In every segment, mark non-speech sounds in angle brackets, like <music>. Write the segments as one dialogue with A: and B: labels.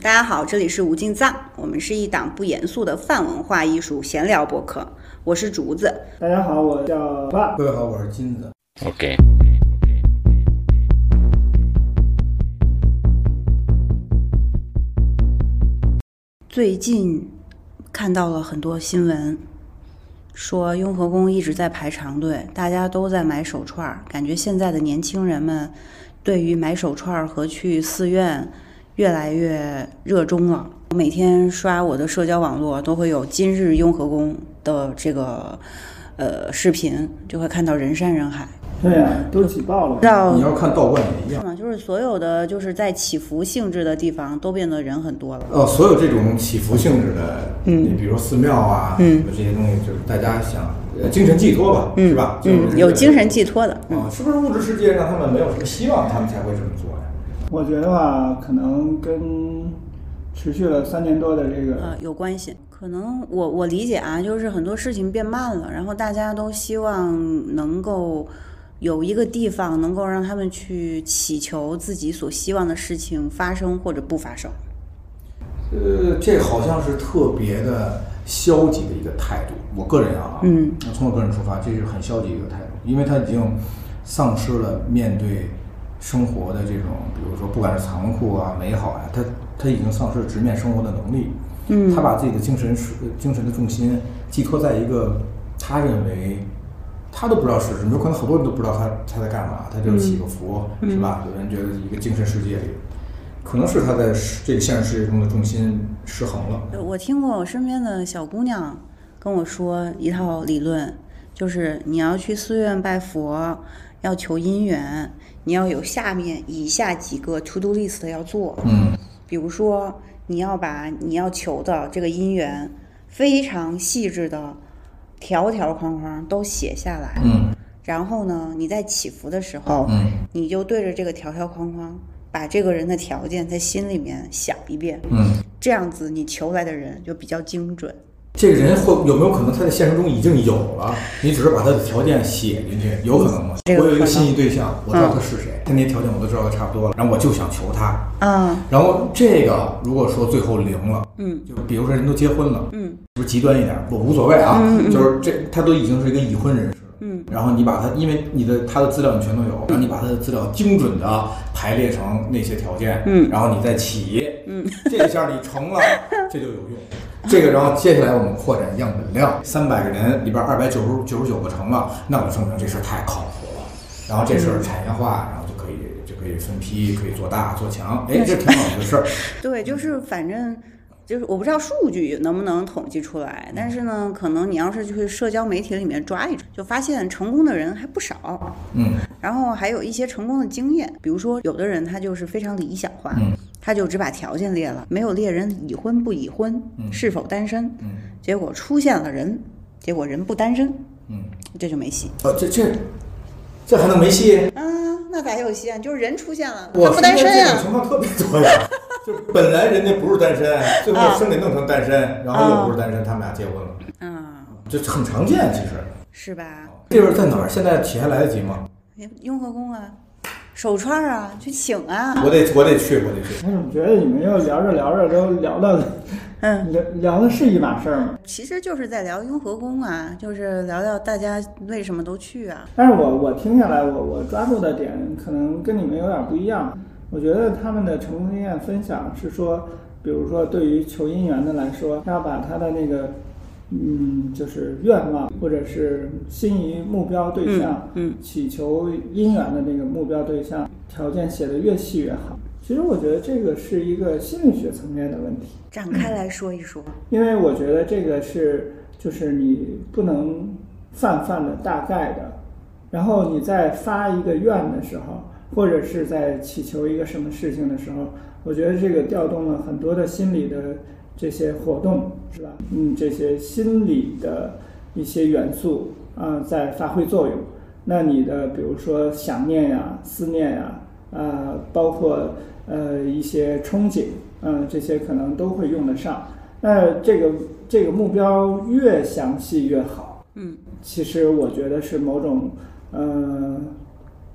A: 大家好，这里是无尽藏，我们是一档不严肃的泛文化艺术闲聊播客，我是竹子。
B: 大家好，我叫爸。
C: 各位好，我是金子。
D: OK，
A: 最近看到了很多新闻，说雍和宫一直在排长队，大家都在买手串儿，感觉现在的年轻人们对于买手串儿和去寺院越来越热衷了。我每天刷我的社交网络，都会有今日雍和宫的这个呃视频，就会看到人山人海。
B: 对呀、都挤爆了
A: 不知。道
C: 你要看道观也一样
A: 是。吗？就是所有的就是在祈福性质的地方都变得人很多了。
C: 呃，所有这种祈福性质的，嗯，比如寺庙啊，
A: 嗯
C: 什么这些东西，就是大家想呃精神寄托吧，
A: 嗯，
C: 是吧？就是
A: 嗯，有精神寄托的。
C: 啊，是不是物质世界让他们没有什么希望，他们才会这么做呀？
B: 我觉得吧，可能跟持续了三年多的这个，
A: 呃，
C: 嗯
A: 有关系。可能我我理解啊，就是很多事情变慢了，然后大家都希望能够有一个地方能够让他们去祈求自己所希望的事情发生或者不发生。
C: 呃，这好像是特别的消极的一个态度。我个人啊，
A: 嗯，
C: 从我个人出发，这是很消极的一个态度，因为他已经丧失了面对生活的这种，比如说不管是残酷啊、美好呀、他他已经丧失了直面生活的能力。
A: 嗯
C: 他把自己的精神属呃精神的重心寄托在一个他认为。他都不知道是什么，有可能好多人都不知道他他在干嘛，他就祈个福、
A: 嗯
C: 是吧？有人觉得一个精神世界里，可能是他在这个现实世界中的重心失衡了。
A: 呃我听过我身边的小姑娘跟我说一套理论，就是你要去寺院拜佛，要求姻缘，你要有下面以下几个 to do list 要做。
C: 嗯，
A: 比如说，你要把你要求的这个姻缘非常细致的条条框框都写下来，
C: 嗯
A: 然后呢，你在祈福的时候，
C: 嗯
A: 你就对着这个条条框框，把这个人的条件在心里面想一遍，
C: 嗯，
A: 这样子你求来的人就比较精准。
C: 这个人会有没有可能他在现实中已经有了，你只是把他的条件写进去，有可能吗？
A: 这个
C: 我有一
A: 可
C: 个
A: 能嗯
C: 心仪对象，我知道他是谁，他那些条件我都知道的差不多了，然后我就想求他。
A: 啊，
C: 然后这个如果说最后零了，
A: 嗯
C: 就比如说人都结婚了，
A: 嗯
C: 不是极端一点，我无所谓啊，就是这他都已经是一个已婚人士了。
A: 嗯
C: 然后你把他，因为你的他的资料你全都有，然后你把他的资料精准的排列成那些条件，
A: 嗯
C: 然后你再起，嗯，这一下你
A: <laughs>
C: 成了，这就有用。这个，然后接下来我们扩展样本量，三百个人里边二百九十九十九个成了，那我证明这事儿太靠谱了。然后这事儿产业化，然后就可以就可以分批，可以做大做强，哎，这挺好的事儿。
A: <laughs> 对，就是反正就是我不知道数据能不能统计出来，但是呢，可能你要是去社交媒体里面抓一抓，就发现成功的人还不少，
C: 嗯
A: 然后还有一些成功的经验，比如说有的人他就是非常理想化，
C: 嗯
A: 他就只把条件列了，没有列人已婚不已婚，
C: 嗯
A: 是否单身，
C: 嗯
A: 结果出现了人，结果人不单身，
C: 嗯，
A: 这就没戏
C: 哦，这这这还能没戏？
A: 啊，那咋有戏啊？就是人出现了，
C: 我
A: 他不单身啊
C: 身边
A: 呀、
C: 这种情况特别多呀，就本来人家不是单身，最后
A: 嗯
C: 生给弄成单身，然后又不是单身，他们俩结婚了，
A: 啊，
C: 这很常见其实。
A: 是吧？
C: 这边在哪儿？现在起还来得及吗？
A: 雍和宫啊，手串儿啊，去请啊，
C: 我得我得去，我得去。
B: 但是我觉得你们又聊着聊着都聊到
A: 嗯。
B: 聊聊的是一码事儿嘛。
A: 其实就是在聊雍和宫啊，就是聊聊大家为什么都去啊。
B: 但是我我听下来，我我抓住的点可能跟你们有点不一样。我觉得他们的成功经验分享是说，比如说对于求姻缘的来说，他把他的那个，嗯，就是愿望或者是心仪目标对象，
A: 嗯嗯
B: 祈求姻缘的那个目标对象条件写的越细越好。其实我觉得这个是一个心理学层面的问题。
A: 展开来说一说，
B: 因为我觉得这个是就是你不能泛泛的大概的，然后你在发一个愿的时候，或者是在祈求一个什么事情的时候，我觉得这个调动了很多的心理的这些活动，是吧？嗯，这些心理的一些元素啊、在发挥作用。那你的比如说想念呀、思念呀，呃，包括呃一些憧憬，嗯、这些可能都会用得上。那这个这个目标越详细越好。
A: 嗯，
B: 其实我觉得呃是某种，嗯、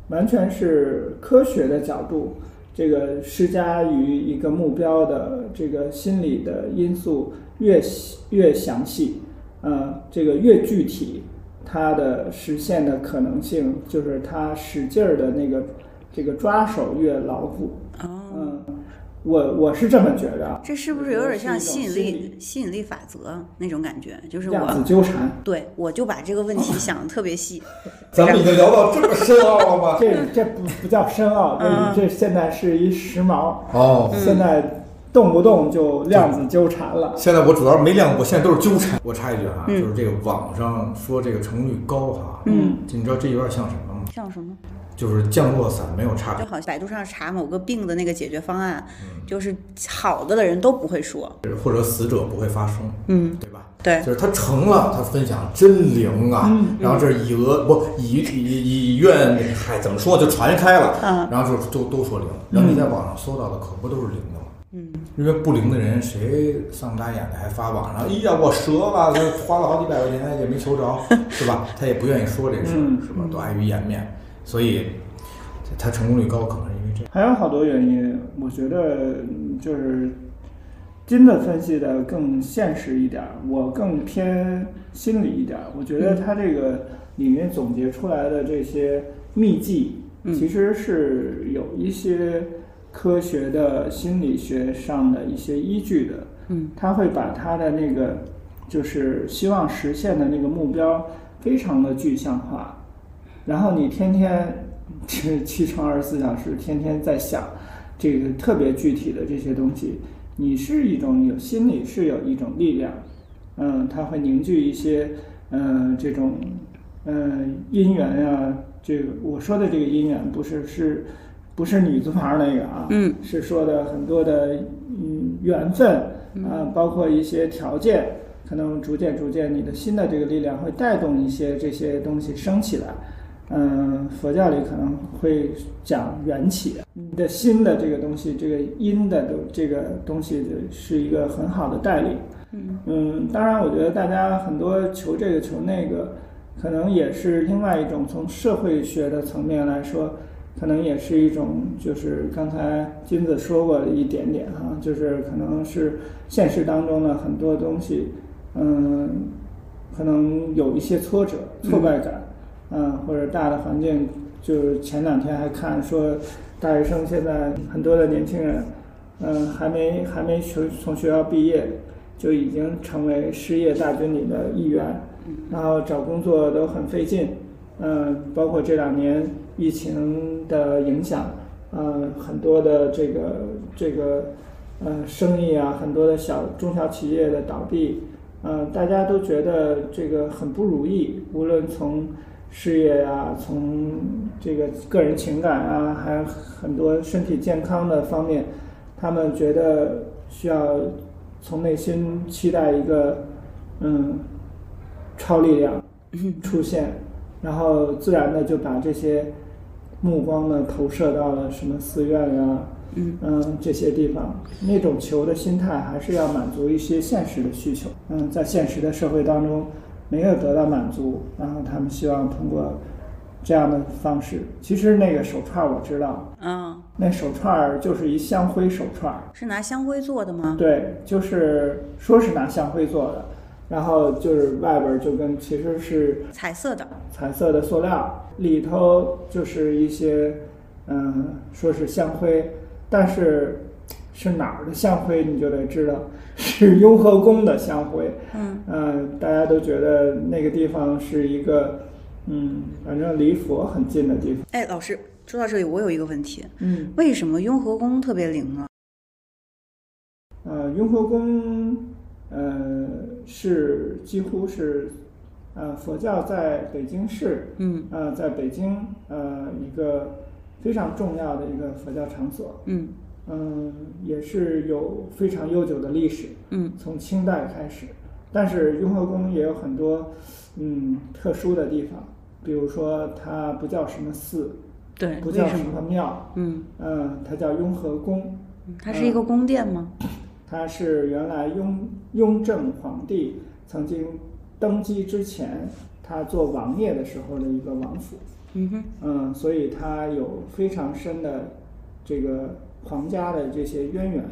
B: 完全是科学的角度这个施加于一个目标的这个心理的因素越细越详细，呃，这个越具体，它的实现的可能性就是它使劲儿的那个这个抓手越牢固。
A: 哦，
B: 嗯，我我是这么觉得啊，
A: 这是不是有点像吸引
B: 是一种心
A: 力吸引力法则那种感觉？就是
B: 量子
A: 我
B: 纠缠。
A: 对我就把这个问题想的特别细，
C: 咱们已经聊到这么深奥了吗？
B: 这这不不叫深奥，
A: 嗯
B: 这这现在是一时髦，
C: 哦，
B: 现在动不动就量子纠缠了。
C: 现在我主要没量，我现在都是纠缠。我插一句哈，
A: 嗯
C: 就是这个网上说这个成功率高哈，
A: 嗯，
C: 你知道这有点像什么吗？
A: 像什么？
C: 就是降落伞没有差
A: 就
C: 别，
A: 好像百度上查某个病的那个解决方案，就是好的的人都不会说，
C: 或者死者不会发声，
A: 嗯，
C: 对吧？
A: 对，
C: 就是他成了，他分享真灵啊，
A: 嗯
C: 然后这以讹不以以以愿，嗨，怎么说就传开了，
A: 嗯
C: 然后就都都说灵，然后你在网上搜到的可不都是灵的吗？
A: 嗯，
C: 因为不灵的人谁丧大眼的还发网上，哎呀我折了，这花了好几百块钱也没
A: <laughs>
C: 求着，是吧？他也不愿意说这事儿，
B: 嗯
C: 是吧？都碍于颜面，
A: 嗯
C: 所以他成功率高，可能是因为这样。
B: 还有好多原因，我觉得嗯就是真的分析的更现实一点儿，我更偏心理一点儿。我觉
A: 嗯
B: 得它这个里面总结出来的这些秘技，
A: 嗯
B: 其实是有一些科学的心理学上的一些依据的。
A: 嗯，
B: 他会把他的那个就是希望实现的那个目标非常的具象化，然后你天天就是 <laughs> 七乘二十四小时，天天在想这个特别具体的这些东西，你是一种有心里是有一种力量，嗯，它会凝聚一些嗯这种嗯姻缘啊，这个我说的这个姻缘不是是不是女字旁那个啊，
A: 嗯，
B: 是说的很多的嗯缘分啊，包括一些条件，可能逐渐逐渐你的新的这个力量会带动一些这些东西升起来。嗯，佛教里可能会讲缘起，你的心的这个东西，这个因的这个东西是一个很好的带领。
A: 嗯
B: 嗯，当然，我觉得大家很多求这个求那个，可能也是另外一种从社会学的层面来说，可能也是一种就是刚才金子说过的一点点哈，就是可能是现实当中的很多东西，嗯，可能有一些挫折、挫败感，嗯，或者大的环境，就是前两天还看说，大学生现在很多的年轻人，嗯，还没还没学从学校毕业，就已经成为失业大军里的一员，然后找工作都很费劲，嗯，包括这两年疫情的影响，嗯，很多的这个这个呃生意啊，很多的小中小企业的倒闭，嗯，大家都觉得这个很不如意，无论从事业啊，从这个个人情感啊，还有很多身体健康的方面，他们觉得需要从内心期待一个嗯超力量
A: 嗯
B: 出现，然后自然的就把这些目光呢投射到了什么寺院啊，
A: 嗯
B: 嗯这些地方，那种求的心态还是要满足一些现实的需求，嗯，在现实的社会当中没有得到满足，然后他们希望通过这样的方式，其实那个手串儿我知道，
A: 啊，
B: 那手串儿就是一香灰手串儿。
A: 是拿香灰做的吗？
B: 对，就是说是拿香灰做的，然后就是外边儿就跟其实是
A: 彩色的，
B: 彩色的塑料，里头就是一些嗯，说是香灰，但是是哪儿的香灰你就得知道，是雍和宫的香灰。
A: 嗯
B: 嗯，大家都觉得那个地方是一个嗯，反正离佛很近的地方。
A: 哎，老师说到这里，我有一个问题，
B: 嗯。
A: 为什么雍和宫特别灵啊？
B: 呃，雍和宫，呃，是几乎是，呃，佛教在北京市，
A: 嗯
B: 呃，在北京，呃，一个非常重要的一个佛教场所，
A: 嗯
B: 嗯、也是有非常悠久的历史，
A: 嗯
B: 从清代开始。但是雍和宫也有很多，嗯，特殊的地方，比如说它不叫什么寺，
A: 对
B: 不
A: 为
B: 叫
A: 什
B: 什
A: 么？
B: 么庙，
A: 嗯，
B: 嗯、它叫雍和宫。
A: 它是一
B: 嗯
A: 个宫殿吗？
B: 他是原来雍雍正皇帝曾经登基之前，他做王爷的时候的一个王府，
A: 嗯哼，
B: 嗯，所以他有非常深的这个皇家的这些渊源。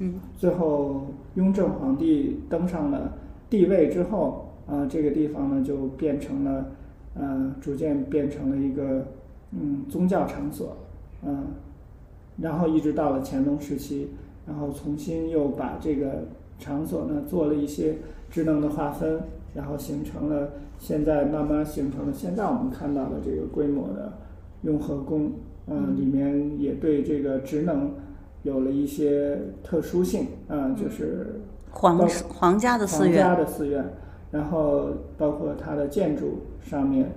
A: 嗯，
B: 最后雍正皇帝登上了帝位之后，啊、这个地方呢就变成了，呃，逐渐变成了一个嗯宗教场所，嗯、然后一直到了乾隆时期，然后重新又把这个场所呢做了一些职能的划分，然后形成了现在慢慢形成了现在我们看到的这个规模的雍和宫，嗯，里面也对这个职能有了一些特殊性，嗯，就是
A: 皇
B: 包
A: 皇家的寺
B: 皇
A: 院，
B: 家的寺院，然后包括它的建筑上面，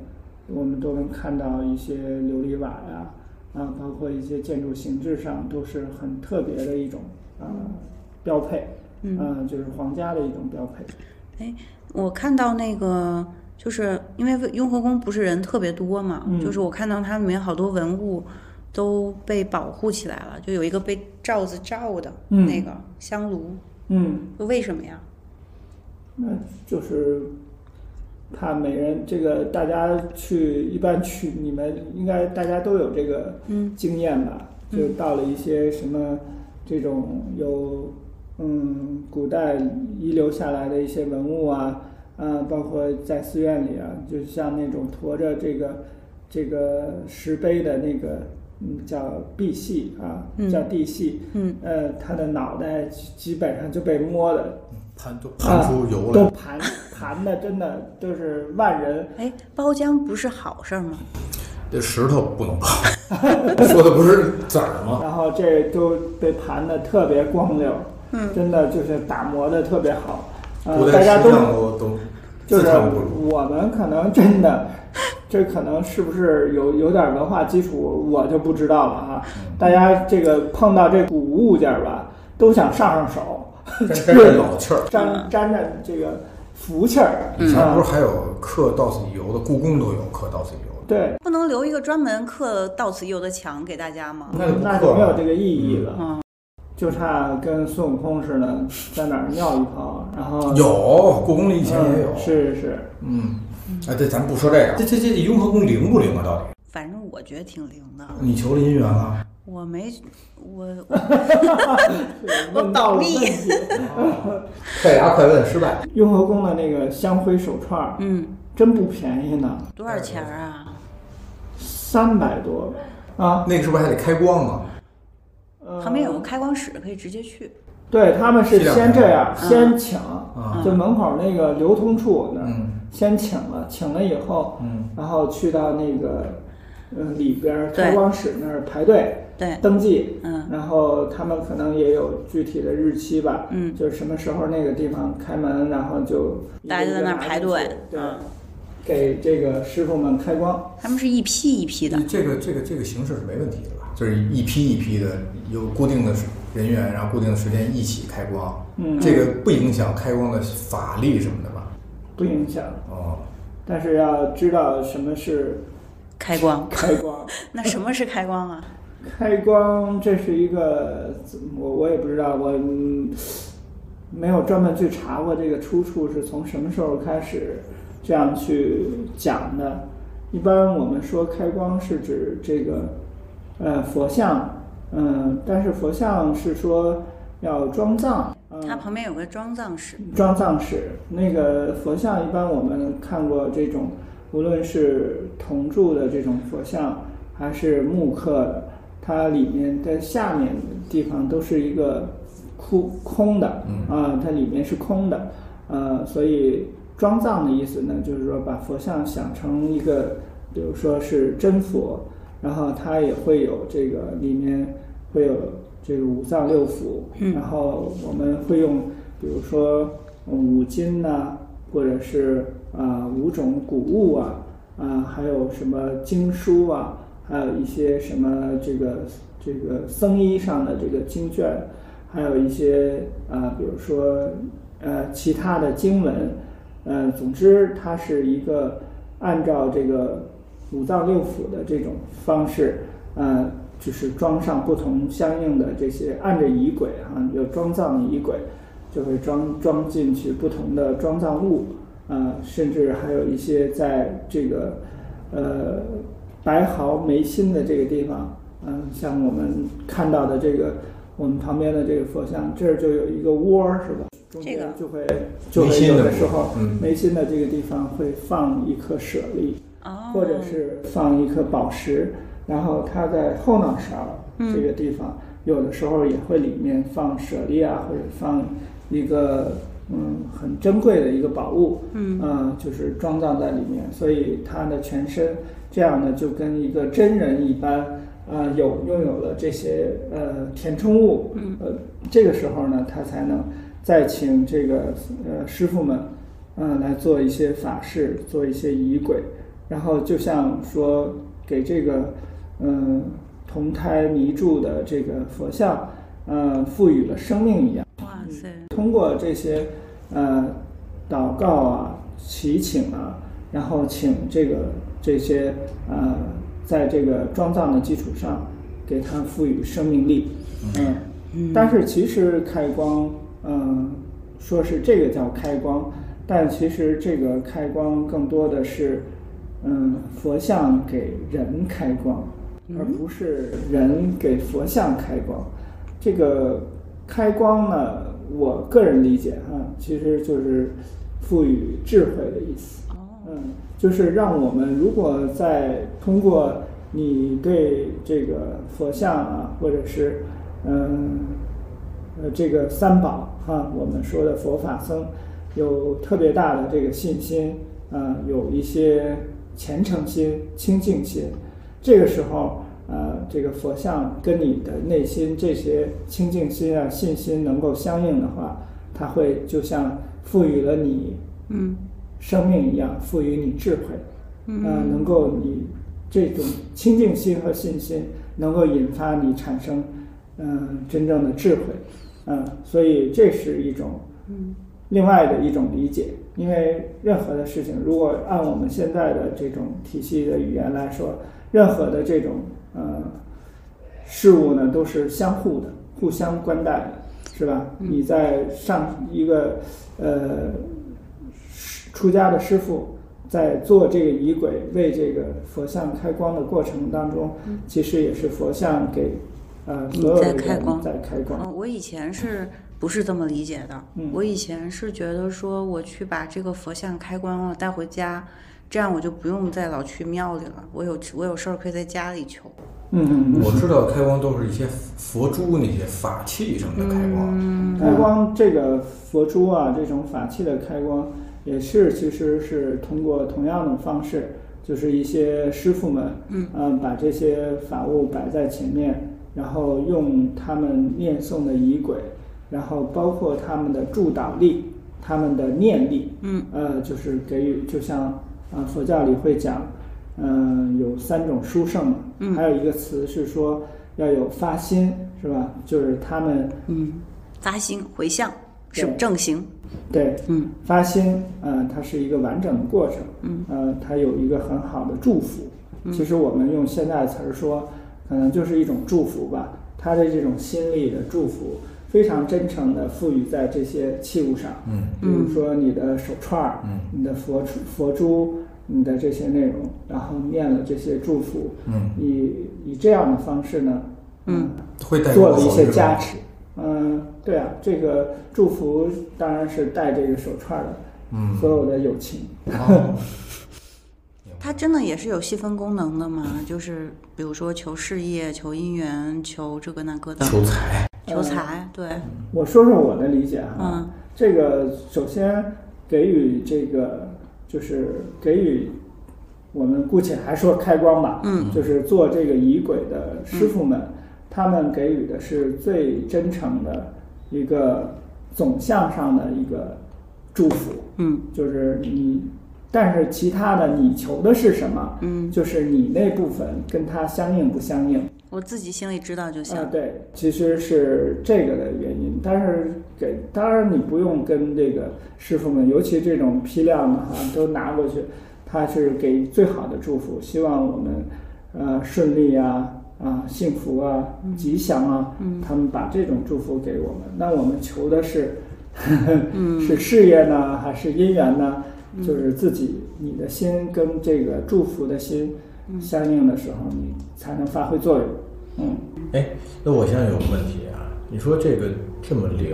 B: 我们都能看到一些琉璃瓦呀、啊，包括一些建筑形制上都是很特别的一种啊、标配，
A: 嗯
B: 呃就是皇家的一种标配。
A: 我看到那个，就是因为雍和宫不是人特别多嘛，
B: 嗯
A: 就是我看到它里面好多文物都被保护起来了，就有一个被罩子罩的
B: 嗯
A: 那个香炉，
B: 嗯，
A: 就为什么呀？
B: 那就是怕每人这个大家去一般去，你们应该大家都有这个
A: 嗯
B: 经验吧，就到了一些什么这种有嗯古代遗留下来的一些文物啊，啊，包括在寺院里啊，就像那种驮着这个这个石碑的那个嗯叫壁系啊
A: 嗯，
B: 叫地系，
A: 嗯，
B: 呃，他的脑袋基本上就被摸的
C: 盘都
A: 嗯
C: 盘出油来
B: 都，盘盘的，真的就是万人
A: 哎，包浆不是好事儿吗？
C: 这石头不能碰。说的不是籽儿吗？
B: 然后这都被盘的特别光溜，嗯，真的就是打磨的特别好，
C: 古
B: 呃，
C: 代
B: 大家
C: 石
B: 都
C: 匠都都
B: 就
C: 自
B: 是
C: 叹不如。
B: 我们可能真的，这可能是不是有有点文化基础，我就不知道了啊。
C: 嗯
B: 大家这个碰到这古物件儿吧，都想上上手，
C: 真真是老气儿。
B: 沾沾沾这个福气儿，
C: 以前不
B: 啊
C: 是还有刻到此一游的，故宫都有刻到此一游的，
B: 对，
A: 不能留一个专门刻到此一游的墙给大家吗？
C: 那就不
B: 那
C: 刻
B: 就没有
C: 了。
B: 这个意义了，
A: 嗯，
B: 就差跟孙悟空似的，在哪儿尿一泡，然后
C: 有故宫里以前也有
B: 嗯。是嗯是是。
C: 嗯，哎，对，咱们不说这个，这这这这雍和宫灵不灵啊？到底？
A: 反正我觉得挺灵的，
B: 嗯
C: 你求了姻缘
B: <laughs>
C: 了？
A: 我没我
B: 我
A: 倒立。 <laughs>
C: 快答快问失败。
B: 雍和宫的那个香灰手串儿
A: 嗯
B: 真不便宜呢，
A: 多少钱儿啊？
B: 三百多啊。
C: 那个是不是还得开光啊？
B: 呃
A: 旁边有个开光室，可以直接去。
B: 对，他们是
C: 西凉
B: 先这样，
A: 嗯
B: 先请，
C: 啊
B: 就门口那个流通处那儿、
C: 嗯
B: 先请了，请了以后，
C: 嗯，
B: 然后去到那个呃里边儿
A: 对
B: 开光室那儿排队
A: 对，
B: 登记，
A: 嗯
B: 然后他们可能也有具体的日期吧，
A: 嗯，
B: 就是什么时候那个地方开门，然后就
A: 大家就在那儿排队
B: 一个一个拿进去对，
A: 嗯
B: 给这个师傅们开光。
A: 他们是一批一批
B: 嗯
A: 的。
C: 这个这个这个形式是没问题的吧？就是一批一批的，有固定的人员，然后固定的时间一起开光，
B: 嗯
C: 这个不影响开光的法力什么的吧？
B: 不影响，
C: 哦，
B: 但是要知道什么是
A: 开
B: <laughs>
A: 光，
B: 开光。
A: 那什么是开光啊？
B: 开光这是一个，嗯我我也不知道，我嗯没有专门去查过这个出处是从什么时候开始这样去讲的。一般我们说开光是指这个，呃，佛像，嗯，但是佛像是说要装藏，嗯、
A: 它旁边有个装藏室，
B: 装藏室，那个佛像一般我们看过这种，无论是铜铸的这种佛像，还是木刻的，它里面的下面的地方都是一个空空的，啊，它里面是空的，呃，所以装藏的意思呢，就是说把佛像想成一个，比如说是真佛，然后它也会有这个里面会有这个五脏六腑，
A: 嗯
B: 然后我们会用，比如说嗯五金呐、或者是啊、五种古物啊，啊、还有什么经书啊，还有一些什么这个这个僧衣上的这个经卷，还有一些啊、比如说呃其他的经文，呃，总之它是一个按照这个五脏六腑的这种方式，呃，就是装上不同相应的这些，按着仪轨哈、有装藏的仪轨，就会装装进去不同的装藏物，呃，甚至还有一些在这个呃白毫眉心的这个地方嗯，像我们看到的这个，我们旁边的这个佛像，这儿就有一个窝儿，是吧？中
A: 这个
B: 间就会就
C: 眉
B: 会
C: 心
B: 有
C: 的
B: 的
C: 部
B: 时
C: 分
B: 候
C: 嗯，
B: 眉心的这个地方会放一颗舍利，
A: 哦，
B: 或者是放一颗宝石，然后它在后脑勺这个地
A: 嗯
B: 方，有的时候也会里面放舍利啊，或者放一个嗯很珍贵的一个宝物，
A: 嗯
B: 呃就是装葬在里面，所以它的全身这样呢，就跟一个真人一般。呃，有拥有了这些呃填充物，
A: 嗯
B: 呃，这个时候呢，他才能再请这个呃师傅们，嗯、来做一些法事，做一些仪轨，然后就像说给这个嗯、铜胎泥铸的这个佛像，呃，赋予了生命一样。
A: 哇塞，
B: 通过这些呃祷告啊、祈请啊，然后请这个这些呃，在这个庄葬的基础上，给它赋予生命力。嗯，但是其实开光，嗯、说是这个叫开光，但其实这个开光更多的是，嗯，佛像给人开光，而不是人给佛像开光。这个开光呢，我个人理解哈、其实就是赋予智慧的意思。
A: 哦，
B: 嗯，就是让我们如果在通过你对这个佛像啊，或者是嗯呃这个三宝哈、我们说的佛法僧有特别大的这个信心，啊，有一些虔诚心、清净心，这个时候。呃，这个佛像跟你的内心这些清净心啊、信心能够相应的话，它会就像赋予了你
A: 嗯
B: 生命一样，赋予你智慧，
A: 嗯
B: 呃，能够你这种清净心和信心，能够引发你产生，嗯、真正的智慧，嗯、所以这是一种
A: 嗯
B: 另外的一种理解。因为任何的事情，如果按我们现在的这种体系的语言来说，任何的这种呃事物呢，都是相互的，互相关待的，是吧？
A: 嗯
B: 你在上一个呃师出家的师傅在做这个仪轨，为这个佛像开光的过程当中，其实也是佛像给呃
A: 嗯
B: 所有的人
A: 在开光
B: 在开光。
A: 嗯，我以前是不是这么理解的？
B: 嗯
A: 我以前是觉得说，我去把这个佛像开光了带回家，这样我就不用再老去庙里了，我有我有事儿可以在家里求。
B: 嗯嗯嗯。
C: 我知道开光都是一些佛珠那些法器什么的开光，
B: 开光这个佛珠啊，这种法器的开光，也是其实是通过同样的方式，就是一些师傅们，嗯、把这些法物摆在前面，然后用他们念诵的仪轨，然后包括他们的助导力、他们的念力，
A: 嗯，
B: 呃，就是给予，就像啊、佛教里会讲，嗯、有三种殊胜嘛，
A: 嗯
B: 还有一个词是说要有发心，是吧？就是他们。
A: 嗯，发心回向是
B: 对
A: 正行。
B: 对，
A: 嗯，
B: 发心，呃，它是一个完整的过程，嗯，呃，它有一个很好的祝福。其实我们用现在的词儿说，可能就是一种祝福吧。他的这种心力的祝福，非常真诚的赋予在这些器物上，
C: 嗯，
B: 比如说你的手串儿，
C: 嗯，
B: 你的佛珠佛珠，你的这些内容，然后念了这些祝福，
C: 嗯，
B: 以以这样的方式呢，嗯，
C: 会带给
B: 做
C: 我
B: 了一
C: 好
B: 些
C: 运
B: 加持。嗯，对啊，这个祝福当然是带这个手串的，
C: 嗯
B: 所有的友情。
C: 哦
A: 它真的也是有细分功能的嘛？就是比如说求事业、求姻缘、求这个那个的、
C: 求财，
A: 求财，对，
B: 我说说我的理解哈，
A: 嗯
B: 这个首先给予这个就是给予我们姑且还说开光吧，
A: 嗯，
B: 就是做这个仪轨的师傅们，他们给予的是最真诚的一个总向上的一个祝福，
A: 嗯
B: 就是你，但是其他的你求的是什么？
A: 嗯，
B: 就是你那部分跟它相应不相应？
A: 我自己心里知道就行
B: 啊、。对，其实是这个的原因。但是给，当然你不用跟这个师傅们，尤其这种批量的哈，都拿过去，他是给最好的祝福，希望我们呃顺利啊啊幸福啊
A: 嗯
B: 吉祥啊，他们把这种祝福给我们。那我们求的是，
A: 嗯
B: <laughs> 是事业呢，还是姻缘呢？就是自己你的
A: 嗯
B: 心跟这个祝福的心相应的时候，你才能发挥作用。嗯，
C: 哎，那我现在有个问题啊，你说这个这么灵，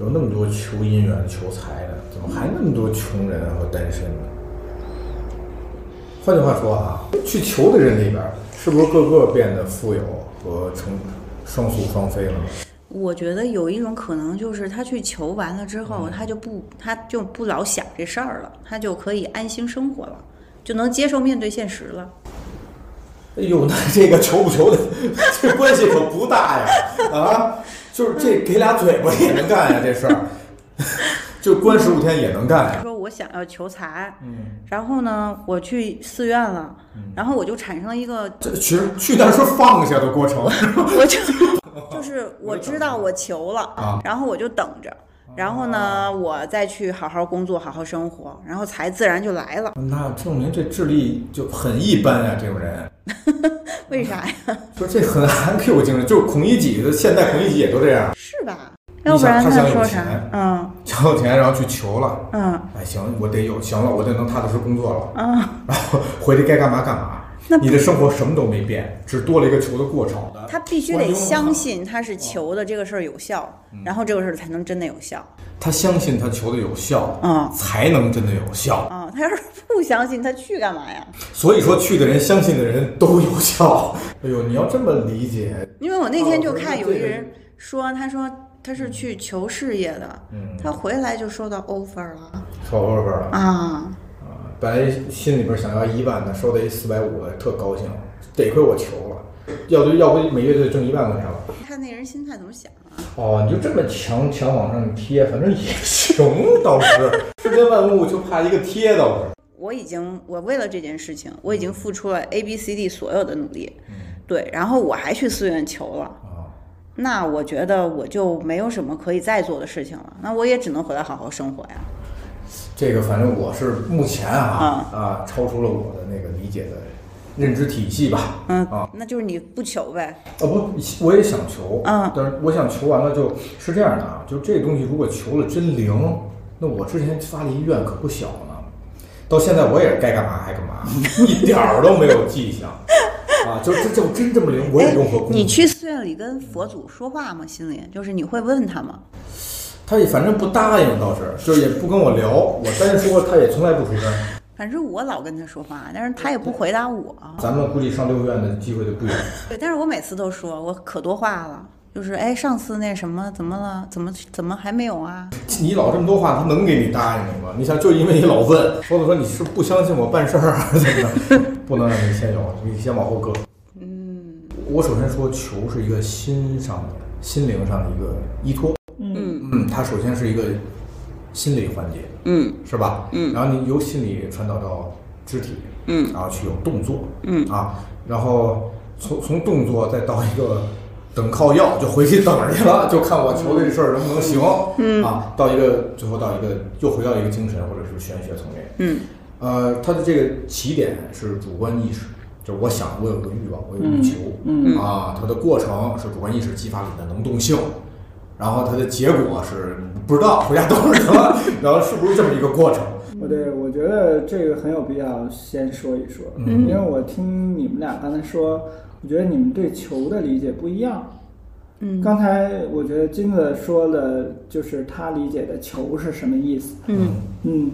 C: 有那么多求姻缘、求财的，怎么还那么多穷人啊和单身呢？换句话说啊，去求的人里边儿，是不是个个变得富有和成双宿双飞了呢？
A: 我觉得有一种可能就是他去求完了之后，他就不他就不老想这事儿了，他就可以安心生活了，就能接受面对现实了。
E: 哎呦，那这个求不求的，这关系可不大呀！啊，就是这给俩嘴巴也能干呀，这事儿，
C: <laughs> 就关十五天也能干呀？
A: 说我想要求财，
C: 嗯，
A: 然后呢，我去寺院了，然后我就产生了一个，
E: 这其实去那儿是放下的过程。
A: 我
C: <laughs>
A: 就就是我知道我求
E: 啊
A: 了，然后我就等着，
C: 哦
A: 然后呢，我再去好好工作，好好生活，然后财自然就来了。
C: 那证明这智力就很一般呀、这种人
A: 为啥呀？
C: 说这很很有精神，就是孔乙己的，现在孔乙己也都这样，
A: 是吧？
C: 你
A: 要不
C: 想
A: 然
C: 他想有
A: 说啥
C: 钱？
A: 嗯
C: 想有钱然后去求了，
A: 嗯
C: 哎，行，我得有，行了，我得能踏踏实实工作了，
A: 嗯。
C: 然后回去该干嘛干嘛。
A: 那
C: 你的生活什么都没变，只多了一个求的过程。
A: 他必须得相信他
C: 哦
A: 是求的这个事儿有效，
C: 嗯
A: 然后这个事儿才能真的有效。
C: 他相信他求的有效，
A: 嗯
C: 才能真的有效。
A: 啊，他要是不相信，他去干嘛呀？
C: 所以说，去的人、相信的人都有效。哎呦，你要这么理解，
A: 因为我那天就看
C: 哦
A: 有一人说，他说他是去求事业的，
C: 嗯，
A: 他回来就收到 offer 了
C: 说外边了
A: 啊。
C: 啊！本来心里边想要一万的，收到一四百五的，特高兴，得亏我求了，要不要不每月就挣一万块钱了。
A: 你看那人心态怎么想啊？
C: 哦，你就这么强强往上贴，反正也行，倒是世间万物就怕一个贴，倒是。
A: 我已经，我为了这件事
C: 嗯
A: 情，我已经付出了 A、B、C、D 所有的努力，对，然后我还去寺院求了，
C: 啊，
A: 那我觉得我就没有什么可以再做的事情了，那我也只能回来好好生活呀。
C: 这个反正我是目前啊
A: 啊
C: 啊，超出了我的那个理解的认知体系吧。
A: 嗯
C: 啊，
A: 那就是你不求呗。
C: 哦不，我也想求，
A: 嗯
C: 但是我想求完了就是这样的啊，就是这东西如果求了真灵，那我之前发的遗愿可不小呢，到现在我也该干嘛还干嘛， <laughs> 一点儿都没有迹象，啊，就这就真这么灵，我也用过功夫。
A: 哎你去寺院里跟佛祖说话吗？心里就是你会问他吗？
C: 他也反正不答应，倒是就是也不跟我聊，我单说他也从来不出声。
A: 反正我老跟他说话，但是他也不回答我。
C: 咱们估计上六院的机会就不远。
A: 对，但是我每次都说我可多话了，就是哎，上次那什么怎么了？怎么怎么还没有啊？
C: 你老这么多话，他能给你答应你吗？你想，就因为你老问，说的说你是不相信我办事儿啊， <laughs> 怎么的？不能让你先有，你先往后搁。嗯，我首先说，求是一个心上的、心灵上的一个依托。
B: 嗯
C: 嗯，它首先是一个心理环节，
A: 嗯
C: 是吧？嗯，然后你由心理传导到肢体，
A: 嗯，
C: 然后去有动作，
A: 嗯
C: 啊，然后从从动作再到一个等靠药，就回去等着去了，就看我球队这事儿能不能行，嗯啊，到一个最后到一个又回到一个精神或者是玄学层面，
A: 嗯
C: 呃，它的这个起点是主观意识，就是我想我有个欲望，我有欲求，
B: 嗯
C: 啊，它的过程是主观意识激发你的能动性，然后它的结果是不知道回家等着了，然后是不是这么一个过程？
B: 我对，我觉得这个很有必要先说一说，因为我听你们俩刚才说，我觉得你们对球的理解不一样。
A: 嗯
B: 刚才我觉得金子说了，就是他理解的球是什么意思。
A: 嗯
B: 嗯，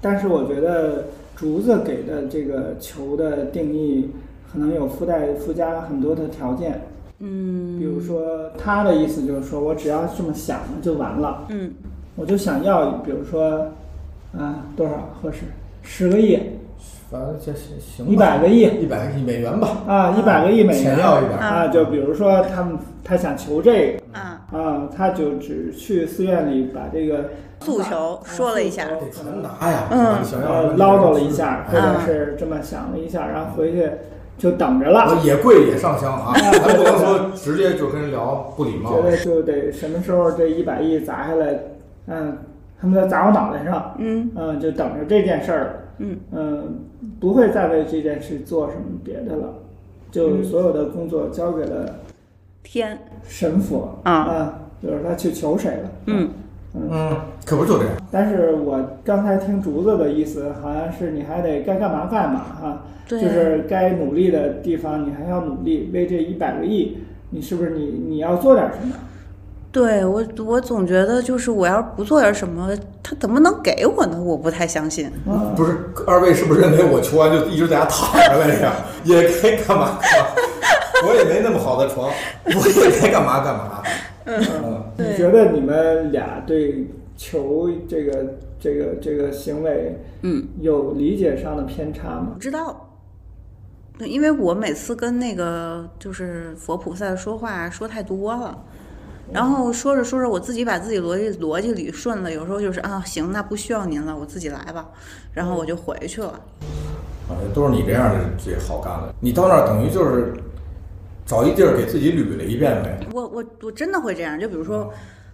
B: 但是我觉得竹子给的这个球的定义，可能有附带附加很多的条件，
A: 嗯
B: 比如说他的意思就是说我只要这么想了就完了，
A: 嗯
B: 我就想要，比如说，啊多少合适？十个亿
C: 反正这行行吧，
B: 100个亿
C: 一百个亿美元吧，
B: 啊，一百个亿美元
C: 钱要一点
B: 啊，就比如说他们他想求这个。
A: 啊，
B: 啊，他就只去寺院里把这个
A: 诉求说了一下
B: 啊诉
C: 得
B: 求
C: 传达呀，
A: 嗯
C: 你想要
B: 呃，唠叨了一下，或
C: 哎
A: 啊
B: 者是这么想了一下，然后回去就等着了，
C: 我也贵也上
B: <laughs>
C: 香啊，咱不能说直接就跟人聊不礼貌
B: 觉。得就得什么时候这一百亿砸下来，嗯，他们再砸我脑袋上，
A: 嗯
B: 嗯，就等着这件事儿，
A: 嗯
B: 嗯，不会再为这件事做什么别的了，
A: 嗯
B: 就所有的工作交给了
A: 天
B: 神佛
A: 啊
B: 啊，就是他去求谁了，啊
A: 嗯
C: 嗯，可不是就这样。
B: 但是我刚才听竹子的意思，好像是你还得该干嘛干嘛啊，就
A: 对
B: 是该努力的地方你还要努力，为这一百个亿，你是不是你你要做点什么？
A: 对我，我总觉得就是我要是不做点什么，他怎么能给我呢？我不太相信。
B: 啊，
C: 不是二位是不是认为我求完就一直在家躺着了呀？也该干嘛干嘛，我也没那么好的床，我也该干嘛干嘛。嗯，
B: 你
A: 对
B: 觉得你们俩对球这个这个这个行为，
A: 嗯，
B: 有理解上的偏差吗
A: 我？知道，对因为我每次跟那个就是佛菩萨说话说太多了，然后说着说着，我自己把自己逻辑逻辑捋顺了，有时候就是啊，行，那不需要您了，我自己来吧，然后我就回去了。
C: 啊，都是你这样的最好干了。你到那儿等于就是找一地儿给自己捋了一遍呗。
A: 我我我真的会这样，就比如说，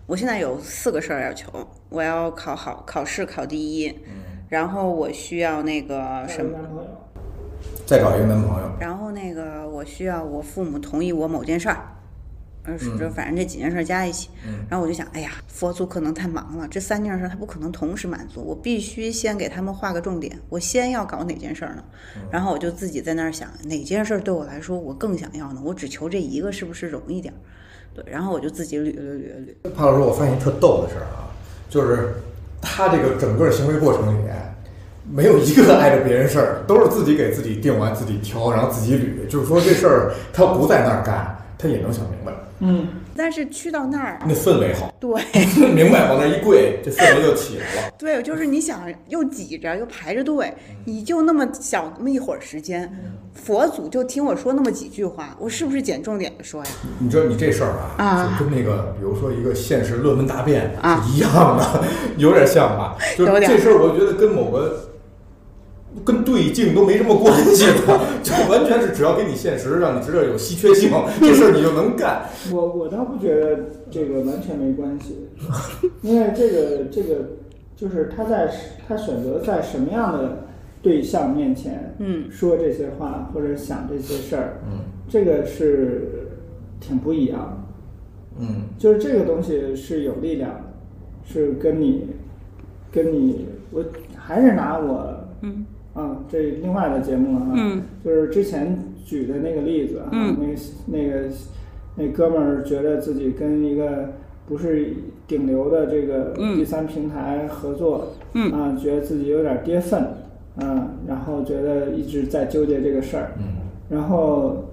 A: 我现在有四个事儿要求，我要考好考试考第一，然后我需要那个什么
B: 交。个男朋友？
C: 再找一个男朋友，
A: 然后那个我需要我父母同意我某件事儿，呃，是就反正这几件事儿加一起，然后我就想，哎呀，佛祖可能太忙了，这三件事儿他不可能同时满足，我必须先给他们画个重点，我先要搞哪件事儿呢？然后我就自己在那儿想，哪件事儿对我来说我更想要呢？我只求这一个是不是容易点儿？对，然后我就自己捋捋捋捋，
C: 帕老师，我发现一特逗的事儿啊，就是他这个整个行为过程里面，没有一个碍着别人事儿，都是自己给自己定完，自己挑，然后自己捋。就是说这事儿他不在那儿干，他也能想明白。
B: 嗯，
A: 但是去到那儿，
C: 那氛围好， <laughs>
A: 对
C: 明白往那一跪，这氛围就起来了。
A: 对，就是你想又挤着又排着队，你就那么小那么一会儿时间，佛祖就听我说那么几句话，我是不是捡重点的说呀？
C: 你知道你这事儿啊，
A: 啊
C: 就跟那个比如说一个现实论文答辩
A: 啊
C: 是一样的， <laughs> 有点像吧？就是
A: 有点
C: 这事儿，我觉得跟某个跟对镜都没什么关系的， <laughs> 就完全是只要给你现实，让你知道有稀缺性，这事儿你就能干。
B: 我我倒不觉得这个完全没关系，因为这个这个就是他在他选择在什么样的对象面前，
A: 嗯，
B: 说这些话或者想这些事儿，
C: 嗯
B: 这个是挺不一样的，
C: 嗯，
B: 就是这个东西是有力量的，是跟你跟你我还是拿我
A: 嗯
B: 啊，这另外的节目了啊，
A: 嗯
B: 就是之前举的那个例子啊，
A: 嗯
B: 那个那个那哥们儿觉得自己跟一个不是顶流的这个
A: 嗯
B: 第三平台合作，
A: 嗯
B: 啊，觉得自己有点跌份，啊，然后觉得一直在纠结这个事儿，
C: 嗯，
B: 然后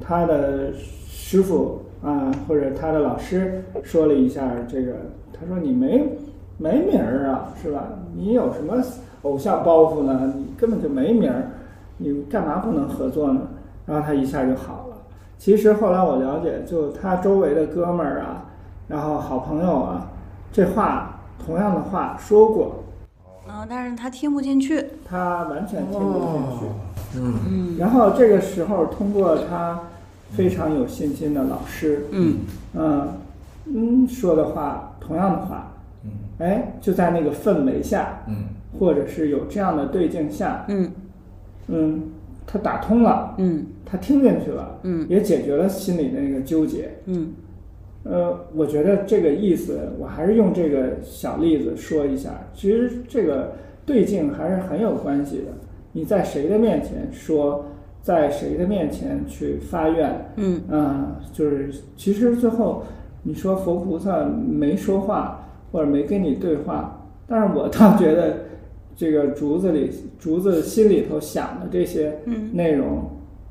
B: 他的师傅啊，或者他的老师说了一下这个，他说你没没名儿啊，是吧？你有什么偶像包袱呢？你根本就没名儿，你干嘛不能合作呢？然后他一下就好了。其实后来我了解，就他周围的哥们儿啊，然后好朋友啊，这话同样的话说过，
A: 然后嗯但是他听不进去，
B: 他完全听不进去。
C: 嗯
A: 嗯
B: 然后这个时候，通过他非常有信心的老师，
A: 嗯
B: 嗯嗯说的话，同样的话，
C: 嗯
B: 哎，就在那个氛围下，
C: 嗯，
B: 或者是有这样的对境下，
A: 嗯
B: 嗯，他打通了，
A: 嗯
B: 他听进去了，
A: 嗯
B: 也解决了心里的那个纠结。
A: 嗯
B: 呃，我觉得这个意思，我还是用这个小例子说一下。其实这个对境还是很有关系的。你在谁的面前说，在谁的面前去发愿，
A: 嗯，
B: 嗯，就是其实最后你说佛菩萨没说话或者没跟你对话，但是我倒觉得这个竹子里竹子心里头想的这些
A: 嗯
B: 内容，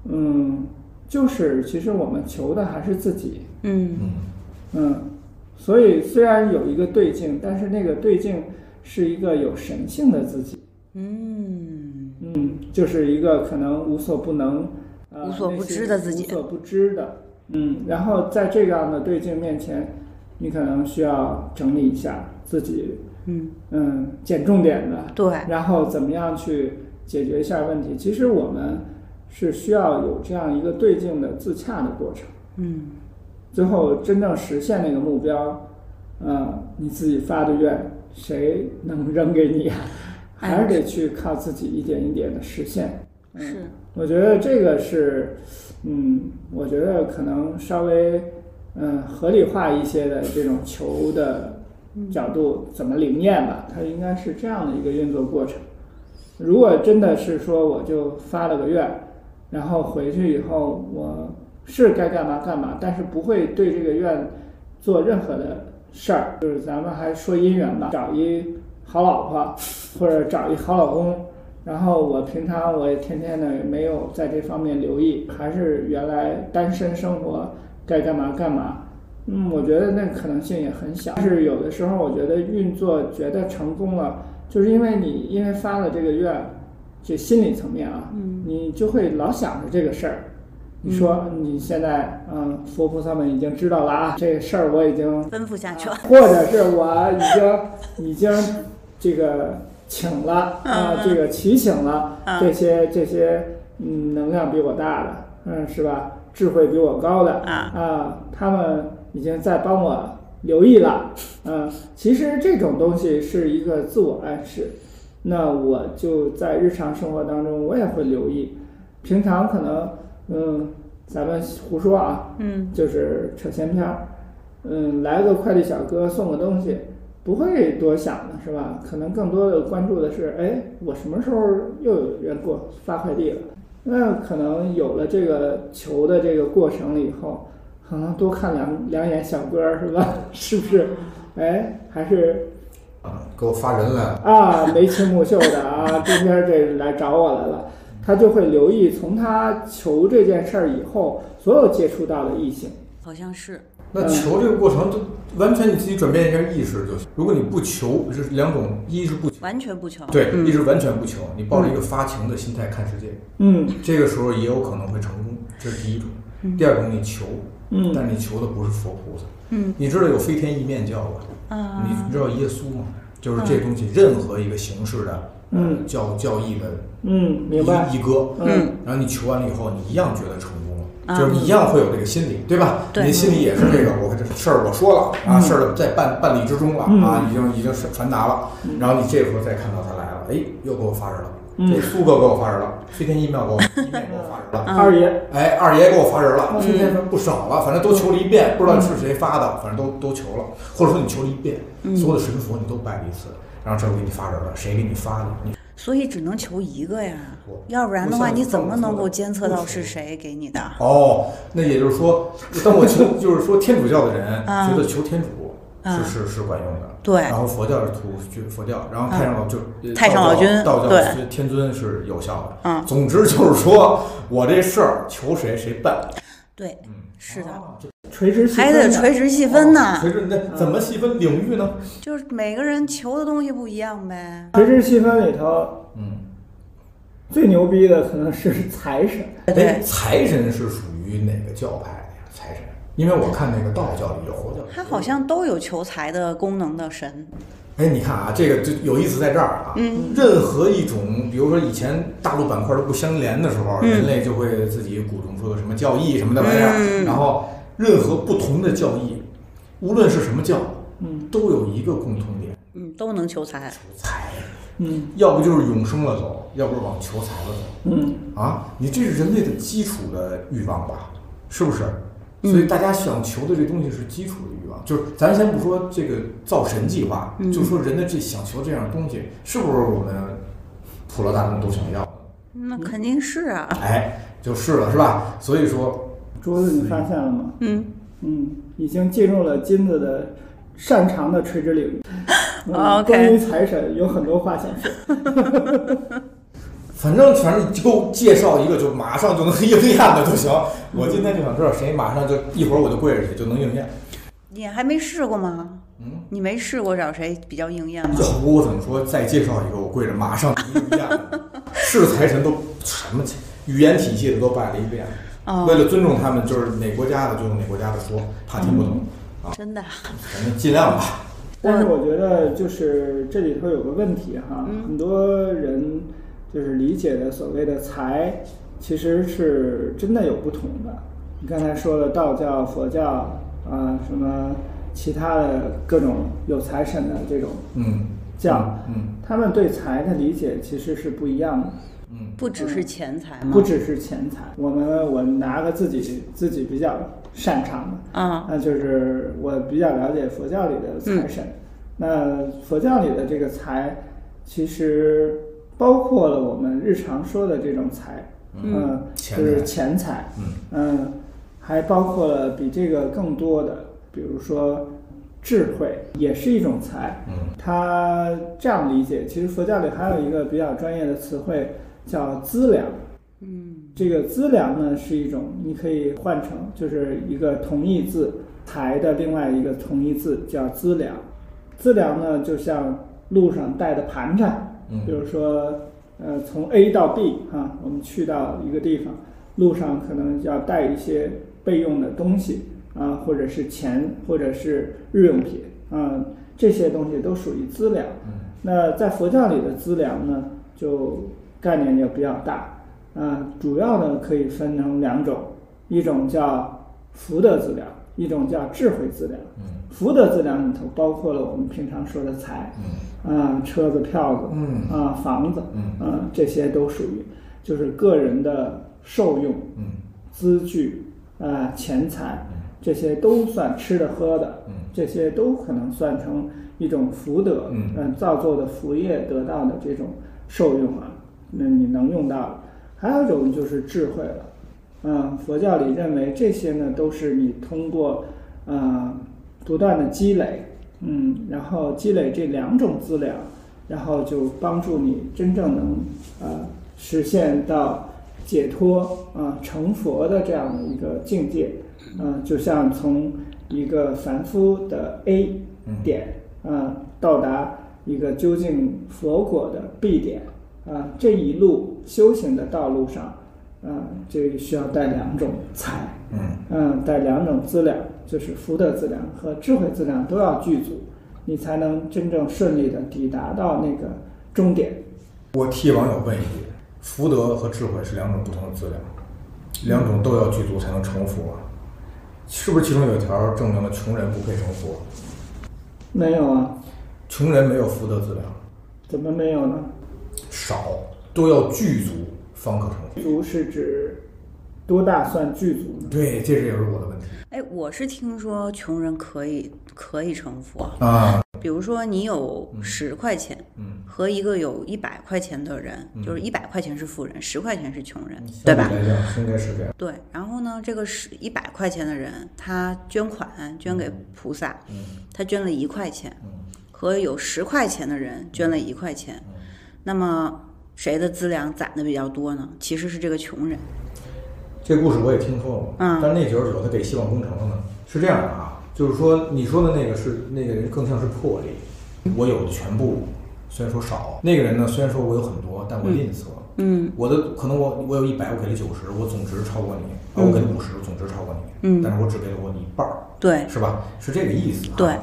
B: 嗯，就是其实我们求的还是自己，
A: 嗯
C: 嗯
B: 嗯，所以虽然有一个对境，但是那个对境是一个有神性的自己，
A: 嗯
B: 嗯，就是一个可能无所不能、呃、
A: 无所不知的自己
B: 那些无所不知的，嗯，然后在这样的对境面前，你可能需要整理一下自己，
A: 嗯，
B: 嗯，捡重点的，
A: 对，
B: 然后怎么样去解决一下问题。其实我们是需要有这样一个对境的自洽的过程。
A: 嗯
B: 最后真正实现那个目标，呃，你自己发的愿，谁能扔给你啊？ <laughs>
A: 哎
B: 还是得去靠自己一点一点的实现。嗯
A: 是，
B: 我觉得这个是，嗯，我呃觉得可能稍微，嗯，合理化一些的这种求的角度怎么灵验吧，它应该是这样的一个运作过程。如果真的是说我就发了个愿，然后回去以后我是该干嘛干嘛，但是不会对这个愿做任何的事儿，就是咱们还说姻缘吧，找一好老婆或者找一好老公，然后我平常我也天天的没有在这方面留意，还是原来单身生活该干嘛干嘛。嗯，我觉得那可能性也很小。但是有的时候，我觉得运作觉得成功了，就是因为你因为发了这个愿，这心理层面啊，
A: 嗯
B: 你就会老想着这个事儿。你说你现在，嗯，佛菩萨们已经知道了啊，这事儿我已经
A: 奔赴下去了。
B: <laughs> 或者是我已经已经这个请了啊，这个祈请了这些这些嗯能量比我大的，嗯是吧？智慧比我高的
A: 啊
B: 他们已经在帮我留意了，嗯，其实这种东西是一个自我暗示，那我就在日常生活当中我也会留意，平常可能嗯咱们胡说啊，
A: 嗯
B: 就是扯闲篇儿，嗯，来个快递小哥送个东西，不会多想的是吧？可能更多的关注的是，哎，我什么时候又有人给我发快递了？那可能有了这个求的这个过程了以后，可能多看两两眼小哥儿是吧？ <laughs> 是不是？哎，还是
C: 啊，给我发人来了，
B: 啊，眉清目秀的啊，今天这来找我来了，他就会留意从他求这件事儿以后，所有接触到的异性。
A: <laughs> 好像是。
C: 那求这个过程就完全你自己转变一下意识就行。如果你不求，这是两种，一是不求，
A: 完全不求。
C: 对，
A: 嗯
C: 一是完全不求，你抱着一个发情的心态看世界，
B: 嗯
C: 这个时候也有可能会成功，这是第一种。第二种，你求，
B: 嗯，
C: 但是你求的不是佛菩萨。
A: 嗯，
C: 你知道有飞天意面教吧？
A: 啊嗯
C: 你知道耶稣吗？就是这东西，任何一个形式的，呃
B: 嗯
C: 教教义的
B: 嗯，明白。
C: 一一哥，
B: 嗯
C: 然后你求完了以后，你一样觉得成功了。
A: 啊
C: 就是你一样会有这个心理，对吧？
A: 对
C: 你的心里也是这个，我这事儿我说了啊，事儿在办办理之中了
B: 嗯
C: 啊，已经已经是传达了。然后你这时候再看到他来了，哎，又给我发人了，
B: 嗯
C: 这苏哥给我发人了，飞天一庙给我一面给我发人
A: 嗯啊
C: 了，
B: 二爷，
C: 哎，二爷给我发人了，飞天不少了，反正都求了一遍，不知道是谁发的，反正都都求了，或者说你求了一遍，所有的神佛你都拜了一次，然后这儿我给你发人了，谁给你发的？你
A: 所以只能求一个呀
C: 我，
A: 要不然的话，
C: 我想
A: 你怎么能
C: 我
A: 够
C: 想
A: 监测到是谁给你的？
C: 哦，那也就是说，当我求， <laughs> 就是说天主教的人
A: 啊
C: 觉得求天主
A: 啊
C: 是是是管用的，
A: 对嗯
C: 然后佛教是图就佛教，然后太上老就呃
A: 太上老君
C: 道教道
A: 对
C: 教是天尊是有效的。
A: 嗯
C: 总之就是说我这事儿求谁谁办，
A: 对，是的，
C: 哦，
B: 垂直细
A: 还得
B: 分的
A: 垂直细分呢
C: 垂，直
A: 嗯
C: 那怎么细分领域呢？
A: 就是每个人求的东西不一样呗。
B: 垂直细分里头
C: 嗯，
B: 最牛逼的可能是财神，
C: 哎，
A: 对，
C: 财神是属于哪个教派的呀？财神，因为我看那个道教里有佛教里有，
A: 他好像都有求财的功能的神，
C: 哎，你看啊，这个就有意思在这儿啊。任何一种，比如说以前大陆板块都不相连的时候，啊人类就会自己鼓动出个什么教义什么的玩意儿。然后，任何不同的教义，无论是什么教，
B: 嗯
C: 都有一个共同点：
A: 嗯，都能求财。
C: 求财。
B: 嗯
C: 要不就是永生了走，要不是往求财了走。
B: 嗯，
C: 啊，你这是人类的基础的欲望吧？是不是？所以大家想求的这东西是基础的欲望，就是咱先不说这个造神计划，就说人的这想求这样的东西，是不是我们普罗大众都想要的？
A: 那肯定是啊，
C: 哎，就是了，是吧？所以说，
B: 桌子你发现了吗？
A: 嗯，
B: 嗯，已经进入了金子的擅长的垂直领
A: <laughs>
B: 域。嗯
A: 哦 OK
B: 关于财神有很多话想说。
C: 反正反正你给我介绍一个就马上就能 <laughs> 应验的就行。我今天就想知道谁马上就一会儿我就跪着去就能应验。
A: 你还没试过吗？
C: 嗯，
A: 你没试过找谁比较应验吗？
C: 要不我怎么说再介绍一个，我跪着马上就一样的，是财神都什么语言体系的都拜了一遍。
A: 哦
C: 为了尊重他们，就是哪国家的就用哪国家的说，怕听不懂，
A: 真的啊，
C: 反正尽量吧。
B: 但是我觉得就是这里头有个问题哈，很多人就是理解的所谓的财，其实是真的有不同的。你刚才说的道教、佛教啊，什么其他的各种有财神的这种
C: 嗯，
B: 教，
C: 嗯
B: 他们对财的理解其实是不一样的。
C: 嗯
A: 不只是钱财吗？
B: 不只是钱财，我们我拿个自己自己比较擅长的，
A: 啊
B: 那就是我比较了解佛教里的财神，那佛教里的这个财，其实包括了我们日常说的这种财，
A: 嗯
B: 呃
C: 钱
B: 就是
C: 财
B: 钱财，
C: 嗯
B: 嗯，还包括了比这个更多的，比如说智慧，也是一种财。
C: 嗯
B: 它这样理解，其实佛教里还有一个比较专业的词汇叫资粮。
A: 嗯
B: 这个资粮呢是一种，你可以换成就是一个同义字“财”的另外一个同义字叫资粮。资粮呢，就像路上带的盘缠，
D: 嗯
B: 比如说，呃，从 A 到 B 啊，我们去到一个地方，路上可能要带一些备用的东西啊，或者是钱，或者是日用品啊，这些东西都属于资粮。那在佛教里的资粮呢，就概念就比较大啊，主要呢可以分成两种，一种叫福德资粮，一种叫智慧资粮。
C: 嗯
B: 福德资粮里头包括了我们平常说的财，啊，车子、票子，
C: 嗯
B: 啊，房子，
C: 嗯
B: 啊，这些都属于就是个人的受用、
C: 嗯
B: 资具啊、钱财，这些都算吃的喝的
C: 嗯，
B: 这些都可能算成一种福德，
C: 嗯
B: 嗯，造作的福业得到的这种受用啊，那你能用到的。还有一种就是智慧了，嗯，佛教里认为这些呢都是你通过呃不断的积累，嗯，然后积累这两种资粮，然后就帮助你真正能呃实现到解脱啊、呃成佛的这样的一个境界，嗯、就像从一个凡夫的 A
C: 嗯
B: 点啊、呃到达一个究竟佛果的 B 点啊、呃这一路修行的道路上。啊，这个需要带两种财，
C: 嗯
B: 嗯，带两种资粮，就是福德资粮和智慧资粮都要具足，你才能真正顺利的抵达到那个终点。
D: 我替网友问一句：福德和智慧是两种不同的资料，两种都要具足才能成佛啊，是不是？其中有一条证明了穷人不配成佛，
B: 没有啊？
D: 穷人没有福德资料，
B: 怎么没有呢？
D: 少都要具足方可成佛。
B: 足是指多大算具足呢？
D: 对，这是也是我的问题
A: 哎，我是听说穷人可以可以成佛，
D: 啊。
A: 比如说你有十块钱，
D: 嗯，
A: 和一个有一百块钱的人，就是一百块钱是富人，十块钱是穷人，对
D: 嗯相
A: 吧？
D: 对来讲，应该是这样。
A: 对，然后呢，这个是一百块钱的人，他捐款捐给菩萨，
D: 嗯
A: 他捐了一块钱，和有十块钱的人捐了一块钱，那么谁的资粮攒的比较多呢？其实是这个穷人。
D: 这故事我也听说过，
A: 嗯
D: 但那九十九他给希望工程了呢。是这样的啊，就是说你说的那个是那个人更像是魄力，我有的全部，虽然说少。那个人呢，虽然说我有很多，但我吝啬。
A: 嗯
D: 我的可能我我有一百，我给了九十，我总值超过你；啊，
A: 嗯
D: 我给了五十，我总值超过你。
A: 嗯
D: 但是我只给了我你一半儿，
C: 啊
A: 对
D: 是吧？是这个意思、啊。
A: 对，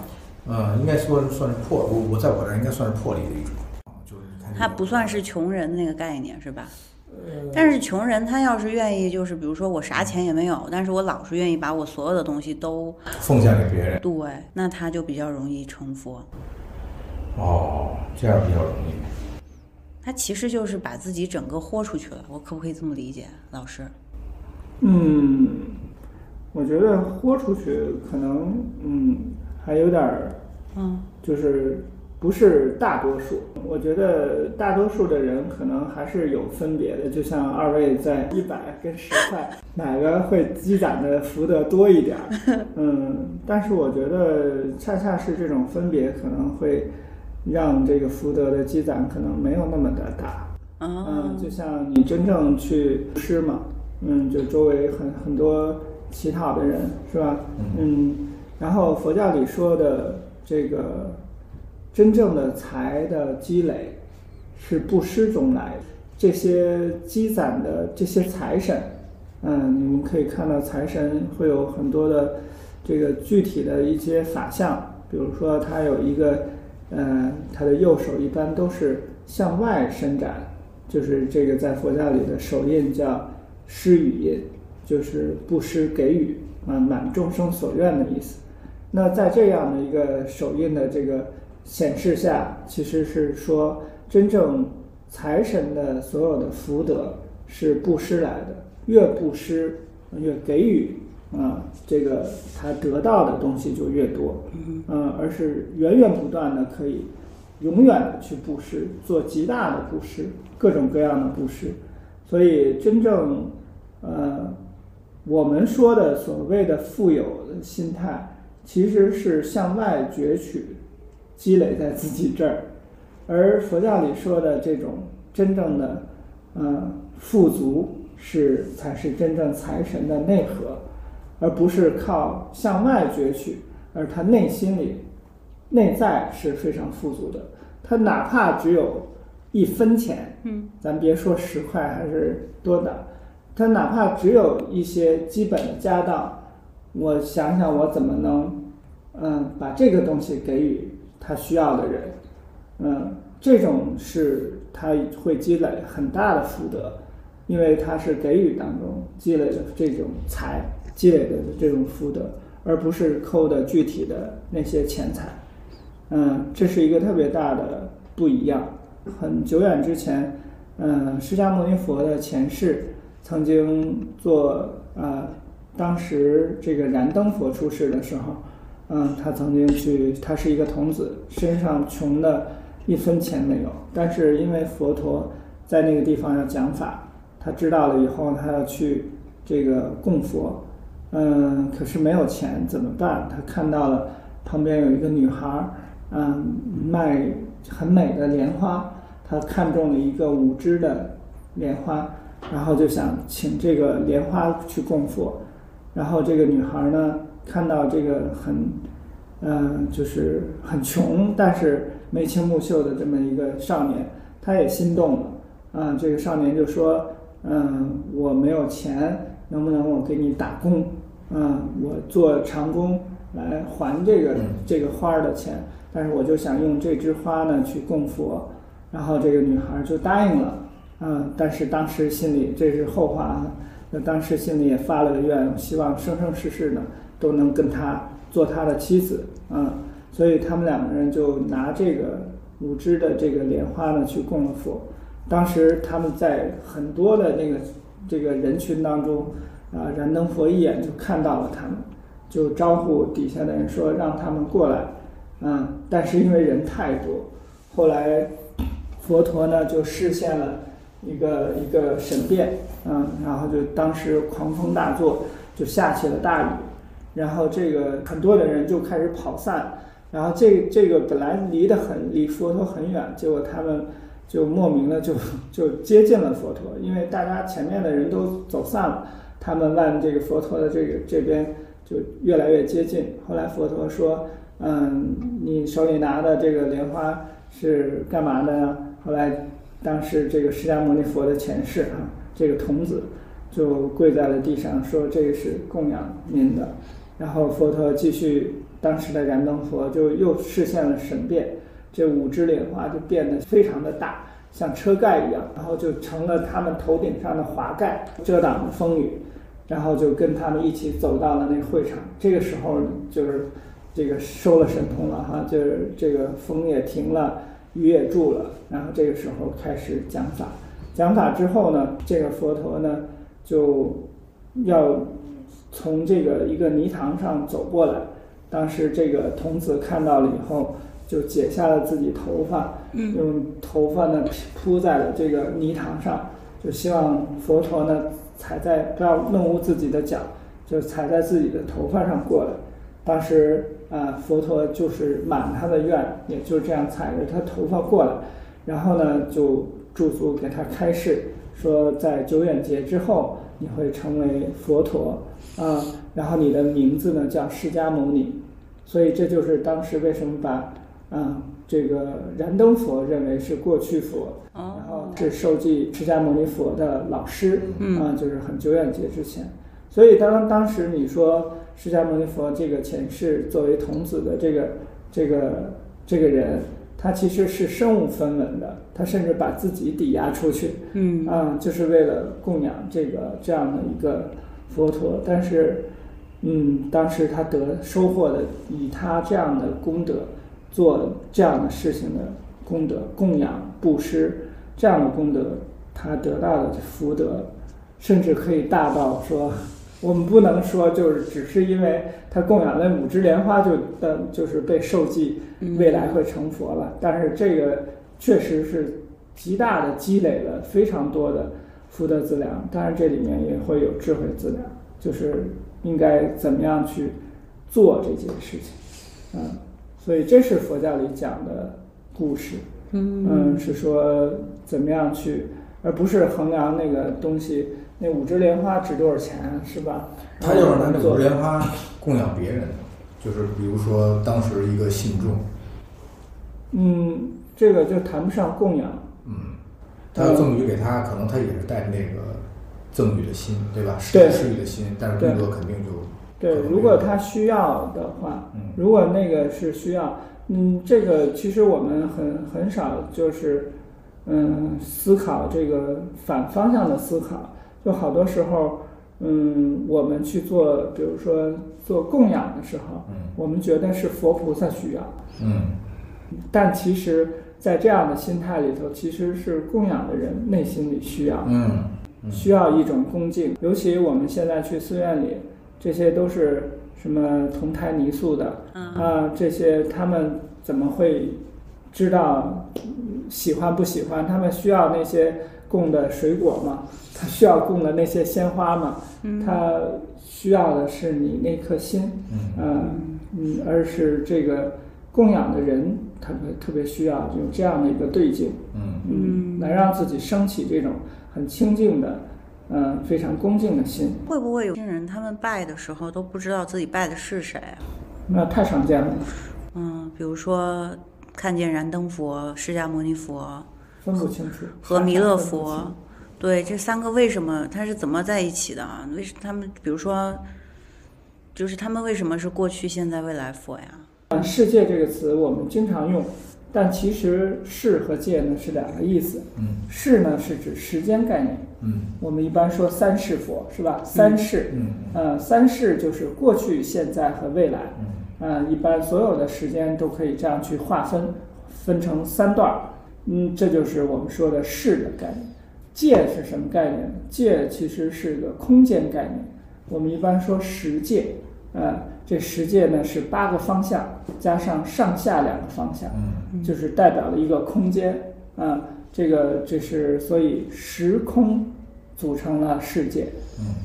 D: 呃，应该说是算是魄，我我在我这儿应该算是魄力的一种。啊就是你看这个
A: 他不算是穷人那个概念是吧？但是穷人他要是愿意，就是比如说我啥钱也没有，但是我老是愿意把我所有的东西都
D: 奉献给别人
A: 对，那他就比较容易成佛。
D: 哦，这样比较容易。
A: 他其实就是把自己整个豁出去了，我可不可以这么理解，老师？
B: 嗯，我觉得豁出去可能嗯还有点儿
A: 嗯
B: 就是不是大多数。我觉得大多数的人可能还是有分别的，就像二位在一百跟十块，哪个会积攒的福德多一点儿？嗯，但是我觉得恰恰是这种分别可能会让这个福德的积攒可能没有那么的大。
A: 啊
B: 嗯，，就像你真正去布施嘛，嗯，就周围很很多乞讨的人是吧？嗯，然后佛教里说的这个真正的财的积累是布施中来的，这些积攒的这些财神，嗯，你们可以看到财神会有很多的这个具体的一些法相，比如说他有一个，嗯，他的右手一般都是向外伸展，就是这个在佛教里的手印叫施与印，就是布施给予啊，满众生所愿的意思。那在这样的一个手印的这个显示下，其实是说真正财神的呃所有的福德是布施来的，越布施越给予，啊，这个他得到的东西就越多，嗯，而是源源不断的可以永远的去布施，做极大的布施，各种各样的布施。所以，真正呃，我们说的所谓的富有的心态，其实是向外攫取，积累在自己这儿。而佛教里说的这种真正的呃富足是，才是真正财神的内核，而不是靠向外攫取，而他内心里内在是非常富足的。他哪怕只有一分钱，
A: 嗯，
B: 咱别说十块还是多的，他哪怕只有一些基本的家当，我想想我怎么能，嗯，把这个东西给予他需要的人，嗯，这种是他会积累很大的福德，因为他是给予当中积累的这种财，积累的这种福德，而不是抠的具体的那些钱财。嗯，这是一个特别大的不一样。很久远之前，嗯，释迦牟尼佛的前世曾经做呃，当时这个燃灯佛出世的时候，嗯，他曾经去，他是一个童子，身上穷的一分钱没有，但是因为佛陀在那个地方要讲法，他知道了以后，他要去这个供佛，嗯，可是没有钱怎么办？他看到了旁边有一个女孩儿，嗯，卖很美的莲花，他看中了一个五枝的莲花，然后就想请这个莲花去供佛。然后这个女孩儿呢，看到这个很，嗯、就是很穷，但是眉清目秀的这么一个少年，她也心动了。啊、这个少年就说，嗯，我没有钱，能不能我给你打工？嗯，我做长工来还这个这个花儿的钱，但是我就想用这枝花呢去供佛，然后这个女孩儿就答应了。嗯，但是当时心里这是后话啊，那当时心里也发了个愿，希望生生世世呢都能跟他做他的妻子。嗯，所以他们两个人就拿这个五枝的这个莲花呢去供了佛。当时他们在很多的那个这个人群当中，啊、燃灯佛一眼就看到了他们，就招呼底下的人说让他们过来，嗯，但是因为人太多，后来佛陀呢就示现了一个一个神变，嗯，然后就当时狂风大作，就下起了大雨，然后这个很多的人就开始跑散，然后这这个本来离得很离佛陀很远，结果他们就莫名的就 <laughs> 就接近了佛陀，因为大家前面的人都走散了，他们往这个佛陀的这个这边就越来越接近。后来佛陀说：“嗯，你手里拿的这个莲花是干嘛的呀？”后来当时这个释迦牟尼佛的前世啊，这个童子就跪在了地上说：“这个是供养您的。”然后佛陀继续，当时的燃灯佛就又示现了神变，这五只莲花就变得非常的大，像车盖一样，然后就成了他们头顶上的华盖，遮挡了风雨，然后就跟他们一起走到了那会场。这个时候就是这个收了神通了哈，就是这个风也停了，雨也住了，然后这个时候开始讲法。讲法之后呢，这个佛陀呢就要从这个一个泥塘上走过来。当时这个童子看到了以后，就解下了自己头发，用头发呢铺在了这个泥塘上，就希望佛陀呢踩在不要弄污自己的脚，就踩在自己的头发上过来。当时啊、佛陀就是满他的愿，也就这样踩着他头发过来，然后呢就驻足给他开示，说在久远劫之后你会成为佛陀啊、然后你的名字呢叫释迦牟尼，所以这就是当时为什么把啊、这个燃灯佛认为是过去佛，然后
A: 哦，
B: 是受记释迦牟尼佛的老师，
A: 嗯
B: 啊，就是很久远劫之前。所以当当时你说释迦牟尼佛这个前世作为童子的这个这个这个人，他其实是身无分文的，他甚至把自己抵押出去，
A: 嗯
B: 啊，就是为了供养这个这样的一个佛陀。但是，嗯，当时他得收获的以他这样的功德做这样的事情的功德，供养布施这样的功德，他得到的福德，甚至可以大到说我们不能说就是只是因为他供养了五枝莲花就呃就是被受记，
A: 嗯
B: 未来会成佛了。但是这个确实是极大的积累了非常多的福德资粮，当然这里面也会有智慧资粮，就是应该怎么样去做这件事情，嗯，所以这是佛教里讲的故事，嗯，是说怎么样去，而不是衡量那个东西。那五枝莲花值多少钱是吧？
C: 他就是拿这
B: 做
C: 五莲花供养别人的，就是比如说当时一个信众，
B: 嗯，这个就谈不上供养，
C: 嗯，他要赠予给他，可能他也是带着那个赠予的心，对吧？
B: 对
C: 施施予的心，但是
B: 对
C: 工作肯定就
B: 对
C: 可能，没
B: 如果
C: 有
B: 他需要的话
C: 嗯，
B: 如果那个是需要，嗯，这个其实我们很很少就是，嗯，思考这个反方向的思考，就好多时候，嗯，我们去做，比如说做供养的时候，
C: 嗯
B: 我们觉得是佛菩萨需要，
C: 嗯
B: 但其实，在这样的心态里头，其实是供养的人内心里需要，
C: 嗯
B: 需要一种恭敬。尤其我们现在去寺院里，这些都是什么同胎泥塑的啊、这些他们怎么会知道嗯喜欢不喜欢？他们需要那些供的水果吗？他需要供的那些鲜花吗？他需要的是你那颗心，
C: 嗯
B: 嗯嗯，而是这个供养的人，他们特别需要有这样的一个对境。
C: 嗯
B: 嗯，来让自己升起这种很清净的，嗯、非常恭敬的心，
A: 会不会有些人他们拜的时候都不知道自己拜的是谁啊？
B: 那太常见了，
A: 嗯，比如说看见燃灯佛、释迦牟尼佛
B: 分不清楚。
A: 和弥勒
B: 太常分
A: 佛
B: 不清，
A: 对这三个为什么它是怎么在一起的啊？为什他们比如说，就是他们为什么是过去、现在、未来佛呀？
B: 呃世界这个词我们经常用，但其实世和界呢是两个意思。
C: 嗯
B: 世呢是指时间概念，
C: 嗯
B: 我们一般说三世佛是吧？三世，
C: 嗯
B: 呃，三世就是过去、现在和未来。
C: 嗯
B: 嗯，一般所有的时间都可以这样去划分，分成三段儿。嗯，这就是我们说的“世”的概念。界是什么概念？界其实是个空间概念。我们一般说十界，呃，这十界呢是八个方向加上上下两个方向，
C: 嗯
B: 就是代表了一个空间。啊、这个这是所以时空组成了世界。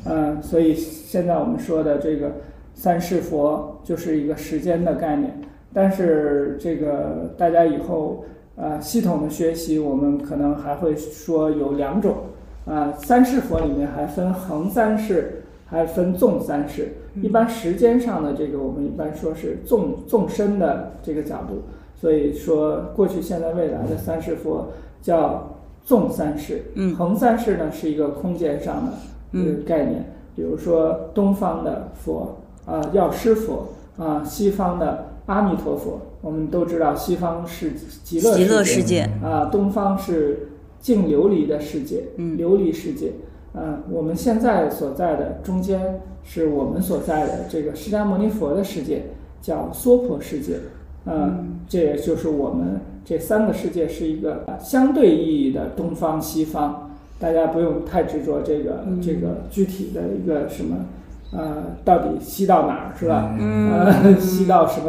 C: 嗯
B: 嗯，所以现在我们说的这个三世佛就是一个时间的概念，但是这个大家以后呃系统的学习，我们可能还会说有两种，啊、三世佛里面还分横三世，还分纵三世。一般时间上的这个，我们一般说是纵纵深的这个角度，所以说过去、现在、未来的三世佛叫纵三世，
A: 嗯
B: 横三世呢是一个空间上的
A: 嗯
B: 呃概念，比如说东方的佛啊、药师佛啊、西方的阿弥陀佛，我们都知道西方是极乐
A: 极乐
B: 世界
A: 世界，
B: 啊，东方是净琉璃的世界，
A: 嗯
B: 琉璃世界。啊，我们现在所在的中间是我们所在的这个释迦牟尼佛的世界，叫娑婆世界。啊，这也就是我们这三个世界是一个啊相对意义的东方西方，大家不用太执着这个、这个具体的一个什么，呃，到底西到哪儿是吧？呃， <laughs> 西到什么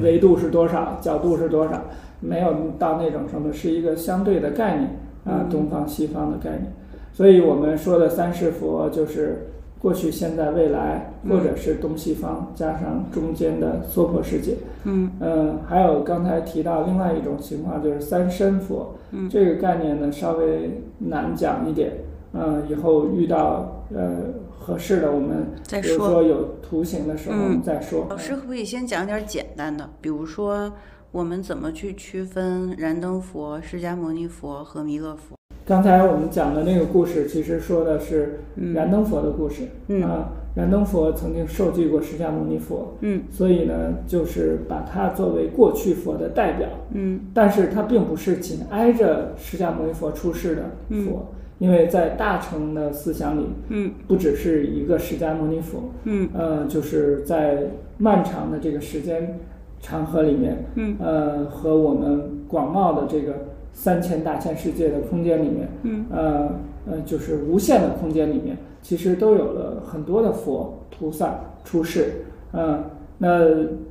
B: 维度是多少，角度是多少，没有到那种什么是一个相对的概念啊，东方西方的概念。所以我们说的三世佛就是过去、现在、未来，或者是东西方加上中间的娑婆世界。
A: 嗯
B: 呃，还有刚才提到另外一种情况就是三身佛，嗯，这个概念呢稍微难讲一点，嗯，以后遇到呃合适的我们
A: 再
B: 比如
A: 说
B: 说有图形的时候
A: 嗯
B: 我们再说。
A: 老师可不可以先讲点简单的？比如说，我们怎么去区分燃灯佛、释迦牟尼佛和弥勒佛？
B: 刚才我们讲的那个故事，其实说的是
A: 嗯
B: 燃灯佛的故事。
A: 嗯
B: 啊，燃灯佛曾经受记过释迦牟尼佛，
A: 嗯
B: 所以呢，就是把它作为过去佛的代表。
A: 嗯
B: 但是它并不是紧挨着释迦牟尼佛出世的佛，因为在大乘的思想里，
A: 嗯
B: 不只是一个释迦牟尼佛，
A: 嗯
B: 呃，就是在漫长的这个时间长河里面，
A: 嗯
B: 呃，和我们广袤的这个三千大千世界的空间里面，
A: 嗯
B: 呃呃，就是无限的空间里面，其实都有了很多的佛、菩萨、出世。嗯、那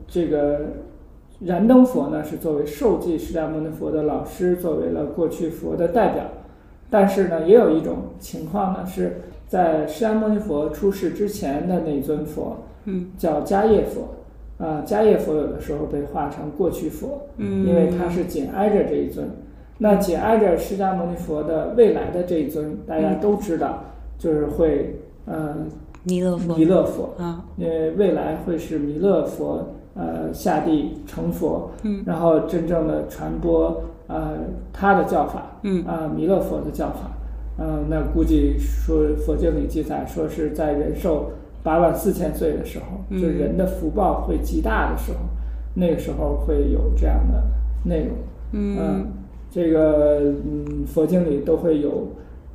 B: 这个燃灯佛呢，是作为受记释迦牟尼佛的老师，作为了过去佛的代表。但是呢，也有一种情况呢，是在释迦牟尼佛出世之前的那尊佛，
A: 嗯
B: 叫迦叶佛。啊，迦叶佛有的时候被画成过去佛，
A: 嗯
B: 因为它是紧挨着这一尊。那紧挨着释迦牟尼佛的未来的这一尊，大家都知道，就是会，呃，
A: 弥勒佛
B: 弥勒佛，
A: 啊，
B: 因为未来会是弥勒佛呃下地成佛，
A: 嗯
B: 然后真正的传播呃他的教法，
A: 嗯
B: 啊、弥勒佛的教法，嗯，那估计说佛经里记载说是在人寿八万四千岁的时候，
A: 嗯
B: 就是人的福报会极大的时候，那个时候会有这样的内容，
A: 嗯
B: 嗯，这个嗯，佛经里都会有，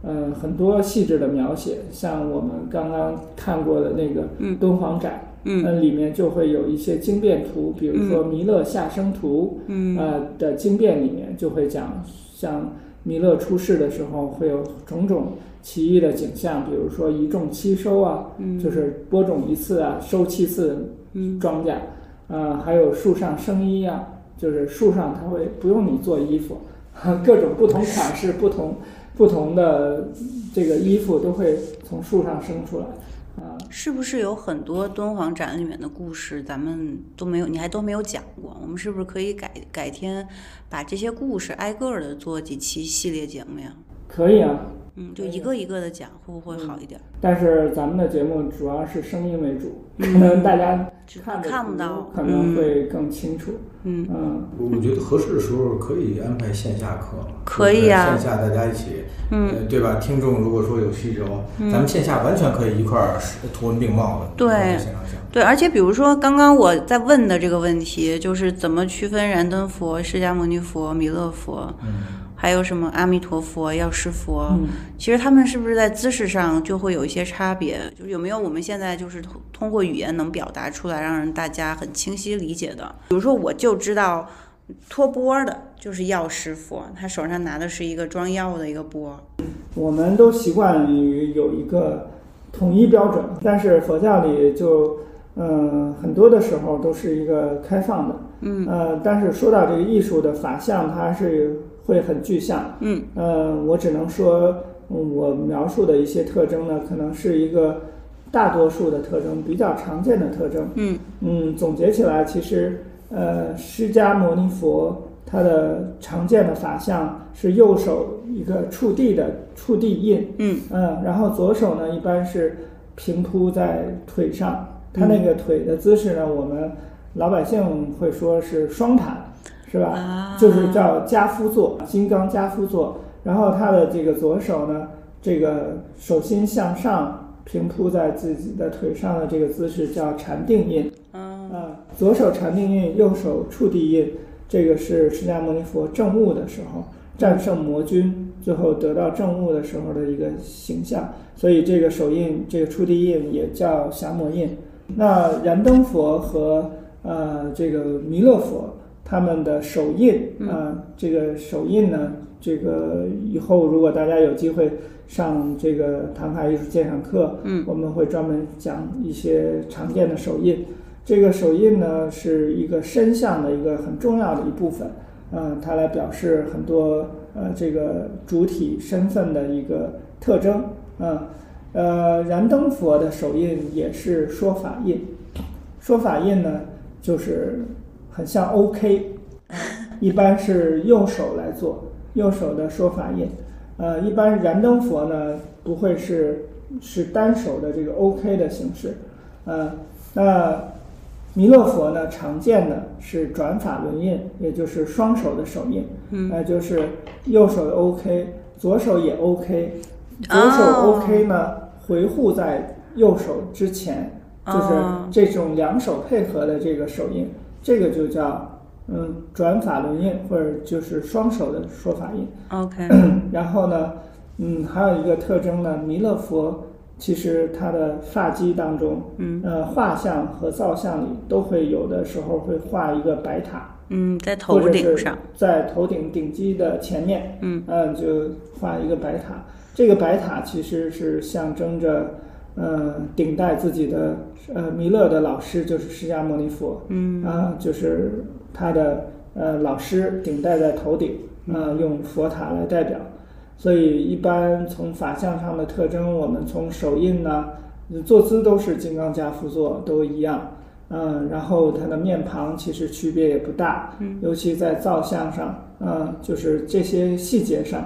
B: 嗯，很多细致的描写，像我们刚刚看过的那个
A: 嗯
B: 敦煌展，
A: 嗯
B: 呃里面就会有一些经变图，比如说《弥勒下生图》
A: 嗯
B: 呃的经变里面就会讲，像弥勒出世的时候会有种种奇异的景象，比如说一种七收啊，
A: 嗯
B: 就是播种一次啊，收七次
A: 嗯
B: 庄稼，呃，还有树上生衣啊，就是树上它会不用你做衣服， <laughs> 各种不同款式、不同不同的这个衣服都会从树上生出来，啊、
A: 是不是有很多敦煌展里面的故事，咱们都没有，你还都没有讲过？我们是不是可以改改天把这些故事挨个的做几期系列节目呀？
B: 可以啊。
A: 嗯，就一个一个的讲，会不会好一点？
B: 但是咱们的节目主要是声音为 <laughs> 主，可能大家
A: 只
B: 看着
A: 看不到
B: 图可能会更清楚。
A: 嗯
B: 嗯，
D: 我觉得合适的时候可以安排线下课嘛，
A: 可以啊
D: 就是线下大家一起，
C: 呃
D: 嗯，对吧？听众如果说有需求，咱们线下完全可以一块儿图文并茂的，
A: 嗯对
D: 在线上讲
A: 对，而且比如说刚刚我在问的这个问题，就是怎么区分燃灯佛、释迦牟尼佛、弥勒佛，
C: 啊
A: 还有什么阿弥陀佛、药师
B: 嗯
A: 佛，其实他们是不是在姿势上就会有一些差别？就是有没有我们现在就是通通过语言能表达出来，让人大家很清晰理解的？比如说，我就知道托钵的就是药师佛，他手上拿的是一个装药的一个钵。
B: 我们都习惯于有一个统一标准，但是佛教里就嗯、很多的时候都是一个开放的。嗯，呃，但是说到这个艺术的法相，它是会很具象。
A: 嗯，
B: 呃，我只能说，嗯我描述的一些特征呢，可能是一个大多数的特征，比较常见的特征。
A: 嗯
B: 嗯，总结起来，其实呃，释迦牟尼佛他的常见的法相是右手一个触地的触地印，
A: 嗯
B: 嗯，然后左手呢一般是平铺在腿上，他
A: 嗯
B: 那个腿的姿势呢，我们老百姓会说是双盘，是吧？
A: 啊
B: 就是叫家夫坐，金刚家夫坐。然后他的这个左手呢，这个手心向上平铺在自己的腿上的这个姿势叫禅定印。
A: 嗯
B: 啊，左手禅定印，右手触地印，这个是释迦牟尼佛证悟的时候战胜魔军，最后得到证悟的时候的一个形象。所以这个手印，这个触地印也叫降魔印。那燃灯佛和呃这个弥勒佛他们的手印
A: 嗯
B: 啊、这个手印呢，这个以后如果大家有机会上这个唐卡艺术鉴赏课，
A: 嗯，
B: 我们会专门讲一些常见的手印。这个手印呢是一个身相的一个很重要的一部分，嗯、它来表示很多呃这个主体身份的一个特征，嗯、呃，燃灯佛的手印也是说法印，说法印呢就是很像
A: <laughs>
B: OK，呃一般是右手来做，右手的说法印，呃，一般燃灯佛呢不会是是单手的这个 OK 的形式，呃，那弥勒佛呢常见的是转法轮印，也就是双手的手印，
A: 嗯
B: 那、就是右手的 OK，左手也 OK，左手
A: 哦
B: OK 呢回护在右手之前，就是
A: 哦
B: 这种两手配合的这个手印，这个就叫嗯转法轮印，或者就是双手的说法印。
A: ，OK，
B: <clears throat> 然后呢，嗯，还有一个特征呢，弥勒佛其实他的发髻当中，
A: 嗯
B: 呃，画像和造像里都会有的时候会画一个白塔，
A: 嗯，在
B: 或
A: 头
B: 者
A: 顶
B: 是
A: 上，
B: 在头顶顶基的前面，呃
A: 嗯
B: 就画一个白塔。这个白塔其实是象征着，呃，顶戴自己的呃弥勒的老师就是释迦牟尼佛，
A: 嗯
B: 啊、就是他的呃老师顶戴在头顶，
A: 嗯
B: 啊、用佛塔来代表。所以一般从法相上的特征，我们从手印呢、坐姿都是金刚跏趺坐，都一样。嗯，然后它的面庞其实区别也不大，嗯，尤其在造像上，嗯，就是这些细节上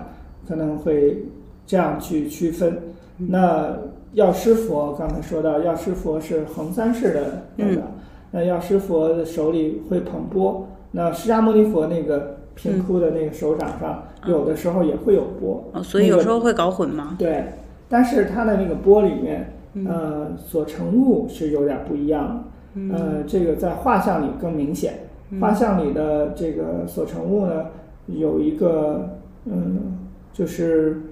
B: 可能会这样去区分。那药师佛刚才说到，药师佛是横三世的那个，那药师佛的手里会捧钵，那释迦牟尼佛那个平铺的那个手掌上，有的时候也会有钵、
A: 哦，所以
B: 那
A: 有
B: 个
A: 时候会搞混吗？
B: 对，但是它的那个钵里面，呃，所盛物是有点不一样的。
A: 嗯
B: 呃，这个在画像里更明显。画像里的这个所盛物呢，有一个嗯，就是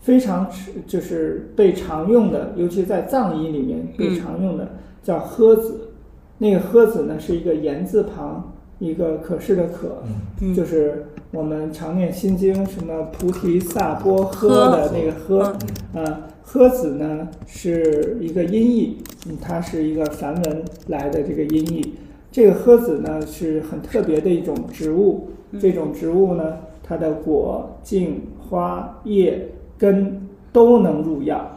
B: 非常吃就是被常用的，尤其在藏医里面被常用的、叫诃子。那个诃子呢是一个言字旁，一个可视的可，
A: 嗯
B: 就是我们常念心经什么菩提萨波诃的那个诃，呃，诃子呢是一个音译，嗯，它是一个梵文来的这个音译。这个诃子呢是很特别的一种植物，这种植物呢，它的果、茎、花、叶、根都能入药，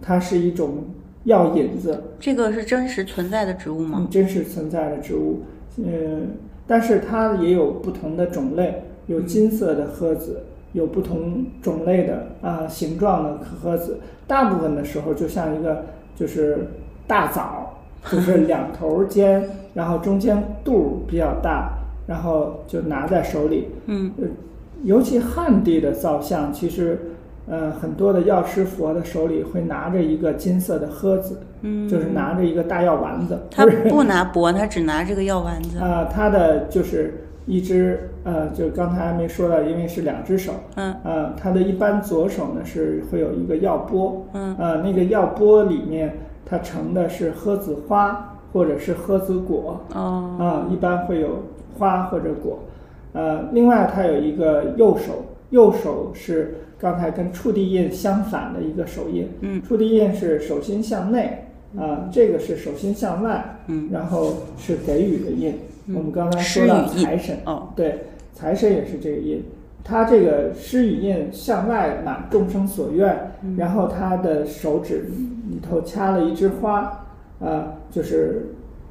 B: 它是一种药引子。
A: 这个是真实存在的植物吗
B: 嗯？真实存在的植物，嗯，但是它也有不同的种类，有金色的诃子，有不同种类的啊、形状的诃子，大部分的时候就像一个就是大枣，就是两头儿尖，然后中间肚儿比较大，然后就拿在手里， <laughs>
A: 嗯
B: 呃，尤其汉地的造像，其实，呃，很多的药师佛的手里会拿着一个金色的诃子，嗯，就是拿着一个大药丸子，
A: 他
B: 不是
A: 不拿钵，他只拿这个药丸子。
B: 啊、它的就是一只呃，就刚才还没说到，因为是两只手，
A: 嗯，
B: 呃，它的一般左手呢是会有一个药钵，
A: 嗯，
B: 呃，那个药钵里面它盛的是诃子花或者是诃子果，
A: 哦，
B: 啊、一般会有花或者果。呃，另外它有一个右手，右手是刚才跟触地印相反的一个手印。
A: 嗯，
B: 触地印是手心向内，啊、这个是手心向外。
A: 嗯，
B: 然后是给予的印。我们刚才
A: 施
B: 说到
A: 与
B: 财
A: 印
B: 神，
A: 哦，
B: 对，财神也是这个印。他这个施与印向外满众生所愿，
A: 嗯
B: 然后他的手指里头掐了一枝花，呃，就是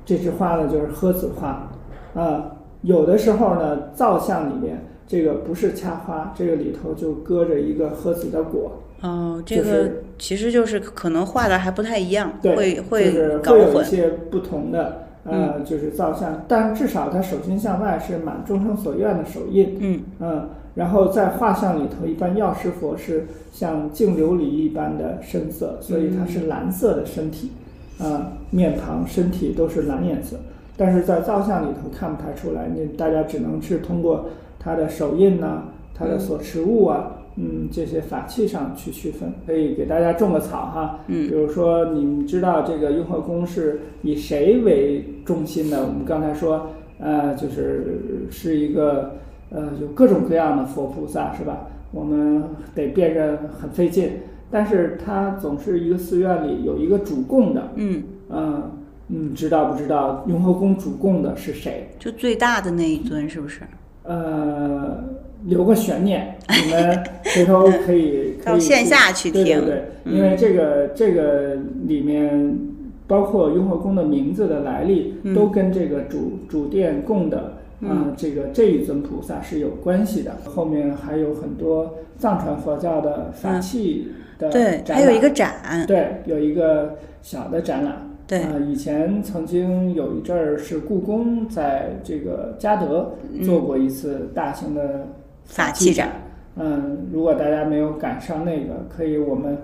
B: 这枝花呢就是诃子花，呃，有的时候呢造像里面这个不是掐花，这个里头就搁着一个诃子的果，
A: 哦，这
B: 就
A: 个
B: 是
A: 其实就是可能画的还不太一样，
B: 对，
A: 会
B: 就是
A: 搞
B: 会有一
A: 混。嗯
B: 些不同的呃，就是造像，但至少他手心向外是满众生所愿的手印，
A: 嗯
B: 嗯，然后在画像里头，一般药师佛是像净琉璃一般的深色，所以它
A: 嗯
B: 是蓝色的身体，啊、面庞、身体都是蓝颜色。但是在造像里头看不太出来，你大家只能是通过它的手印呐、它
A: 嗯
B: 的所持物啊，嗯，这些法器上去区分。可以给大家种个草哈，
A: 嗯
B: 比如说你们知道这个雍和宫是以谁为中心的？我们刚才说，呃，就是是一个呃有各种各样的佛菩萨是吧？我们得辨认很费劲，但是它总是一个寺院里有一个主供的，
A: 嗯，
B: 嗯嗯，知道不知道雍和宫主供的是谁？
A: 就最大的那一尊是不是？
B: 呃，留个悬念，你们回头可以可
A: 到
B: 以
A: 线下去听
B: 对对对，
A: 嗯
B: 因为这个这个里面包括雍和宫的名字的来历，
A: 嗯
B: 都跟这个主主殿供的。啊、这个这一尊菩萨是有关系的。后面还有很多藏传佛教的法
A: 嗯
B: 器的
A: 对，
B: 展
A: 还有
B: 览
A: 一个展，
B: 对，有一个小的展览。
A: 对
B: 啊、以前曾经有一阵儿是故宫在这个嘉德做过一次大型的
A: 嗯法器
B: 展。嗯，如果大家没有赶上那个，可以我们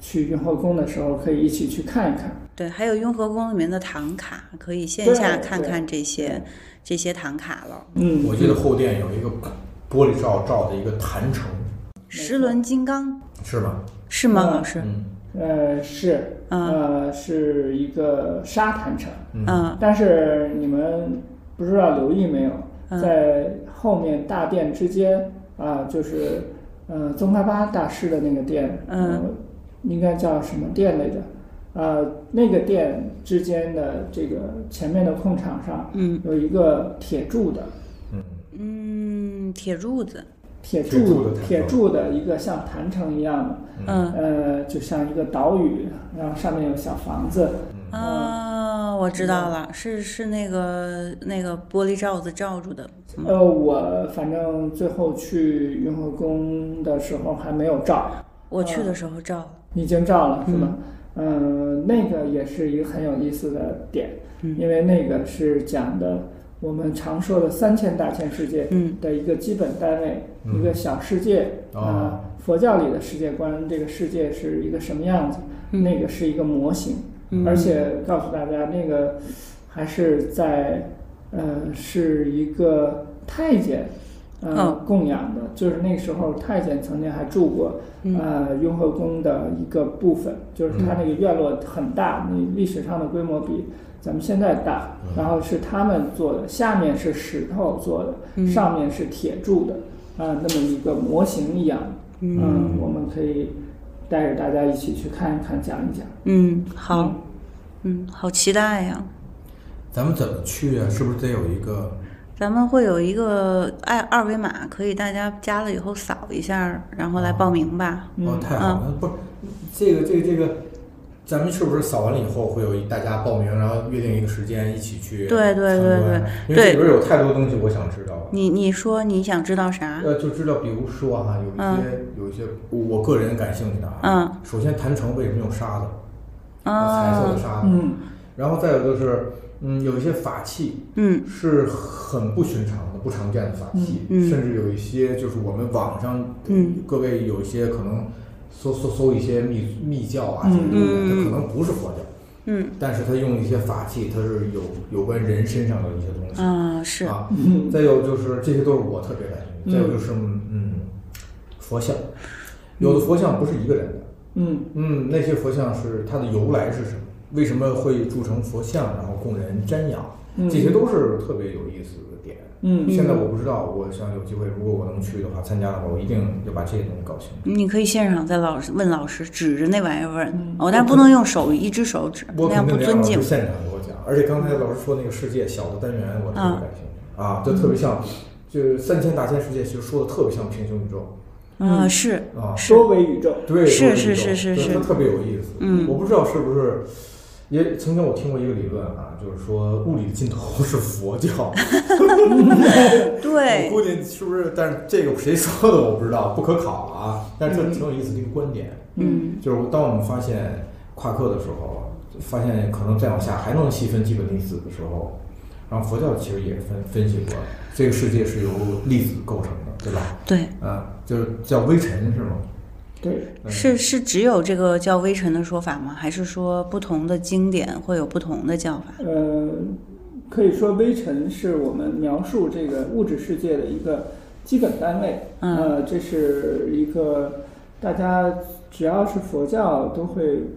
B: 去雍和宫的时候可以一起去看一看。
A: 对，还有雍和宫里面的唐卡，可以线
B: 对
A: 下
B: 对
A: 看看这些这些唐卡了。
B: 嗯，
D: 我记得后殿有一个玻璃罩罩的一个坛城，
A: 十轮金刚
D: 是吗？
A: 是吗，
B: 嗯
A: 老师？
D: 嗯，
B: 呃是，
A: 嗯
B: 呃是一个沙坛城，
A: 嗯
B: 但是你们不知道留意没有，
A: 嗯
B: 在后面大殿之间啊，就是呃宗喀巴大师的那个殿，
A: 嗯
B: 呃，应该叫什么殿来着？呃，那个殿之间的这个前面的空场上，
A: 嗯
B: 有一个铁柱的
A: 嗯，铁柱子，
B: 铁
C: 铁柱
B: 柱
C: 的
B: 铁柱的一个像坛城一样的，
A: 嗯
B: 呃，就像一个岛屿，然后上面有小房子，
A: 嗯
C: 嗯
A: 啊，我知道了，是是那个那个玻璃罩子罩住的，
B: 呃，我反正最后去雍和宫的时候还没有照，
A: 我去的时候照了，
B: 已经照了是吗？嗯、那个也是一个很有意思的点，
A: 嗯
B: 因为那个是讲的我们常说的三千大千世界
A: 嗯
B: 的一个基本单位，
C: 嗯
B: 一个小世界
C: 哦
B: 啊、佛教里的世界观，这个世界是一个什么样子？那个是一个模型，而且告诉大家，那个还是在呃是一个太监呃、
A: 哦
B: 供养的，就是那时候太监曾经还住过
A: 嗯
B: 呃雍和宫的一个部分，就是它
C: 嗯
B: 那个院落很大，你历史上的规模比咱们现在大，
C: 嗯
B: 然后是他们做的，下面是石头做的，
A: 嗯
B: 上面是铁铸的，啊、那么一个模型一样，嗯、我们可以带着大家一起去看一看，讲一讲。
A: 嗯，好，嗯，好期待呀、
C: 咱们怎么去啊？是不是得有一个？
A: 咱们会有一个二二维码，可以大家加了以后扫一下，然后来报名吧。
B: 嗯
C: 哦，太好
A: 嗯
C: 了！不是，这个这个这个，咱们是不是扫完了以后会有一大家报名，然后约定一个时间一起去
A: 对对
C: 参
A: 对
C: 观
A: 对
C: 因为这
A: 对
C: 里边有太多东西我想知道了。
A: 你你说你想知道啥？
C: 呃，就知道，比如说哈、有一些、有一些我个人感兴趣的啊。
A: 嗯。
C: 首先，坛城为什么用沙子？
A: 啊
C: 彩色的沙子。
B: 嗯，
C: 然后再有就是，嗯，有一些法器
A: 嗯
C: 是很不寻常的、不常见的法器，
A: 嗯嗯
C: 甚至有一些就是我们网上，
A: 嗯，
C: 各位有一些可能搜搜搜一些密密教啊，
B: 嗯
C: 什么的，它可能不是佛教，
A: 嗯
C: 但是它用一些法器，它是有有关人身上的一些东西。
A: 啊是
C: 啊
B: 嗯，
C: 再有就是这些都是我特别感兴趣。再有就是嗯，佛像，有的佛像不是一个人的，
B: 嗯
C: 嗯，那些佛像是它的由来是什么？为什么会铸成佛像，然后供人瞻仰？
B: 嗯
C: 这些都是特别有意思的点。
B: 嗯
C: 现在我不知道，我想有机会，如果我能去的话，参加的话，我一定要把这些东西搞清楚。
A: 你可以现场在老师问老师，指着那玩意儿问
B: 嗯，
A: 哦，但是不能用手一只手指，
C: 我
A: 那
C: 肯
A: 样不
C: 定得让啊
A: 尊
C: 老
A: 敬
C: 师。现场给我讲，而且刚才老师说那个世界小的单元，我特
A: 嗯
C: 别感兴趣啊，就特别像，就是三千大千世界，其实说的特别像平行宇宙
A: 啊是
C: 啊，
A: 是
B: 多维宇宙，
C: 对，
A: 是
C: 都
A: 是
C: 这
A: 是
C: 种
A: 是
C: 对
A: 是
C: 它特别有意思。
A: 嗯
C: 我不知道是不是，也曾经我听过一个理论啊，就是说物理的尽头 <laughs> 是佛教。我 <laughs>
A: 对
C: 估计是不是？但是这个谁说的我不知道，不可考啊。但
A: 嗯
C: 是这挺有意思的一个观点，
B: 嗯
C: 就是当我们发现夸克的时候，发现可能再往下还能细分基本粒子的时候，然后佛教其实也分分析过，这个世界是由粒子构成的，对吧？
A: 对，
C: 啊，就是叫微尘是吗？
B: 对，
C: 嗯
A: 是是只有这个叫微尘的说法吗？还是说不同的经典会有不同的叫法？
B: 呃，可以说微尘是我们描述这个物质世界的一个基本单位。
A: 嗯
B: 呃，这是一个大家只要是佛教都会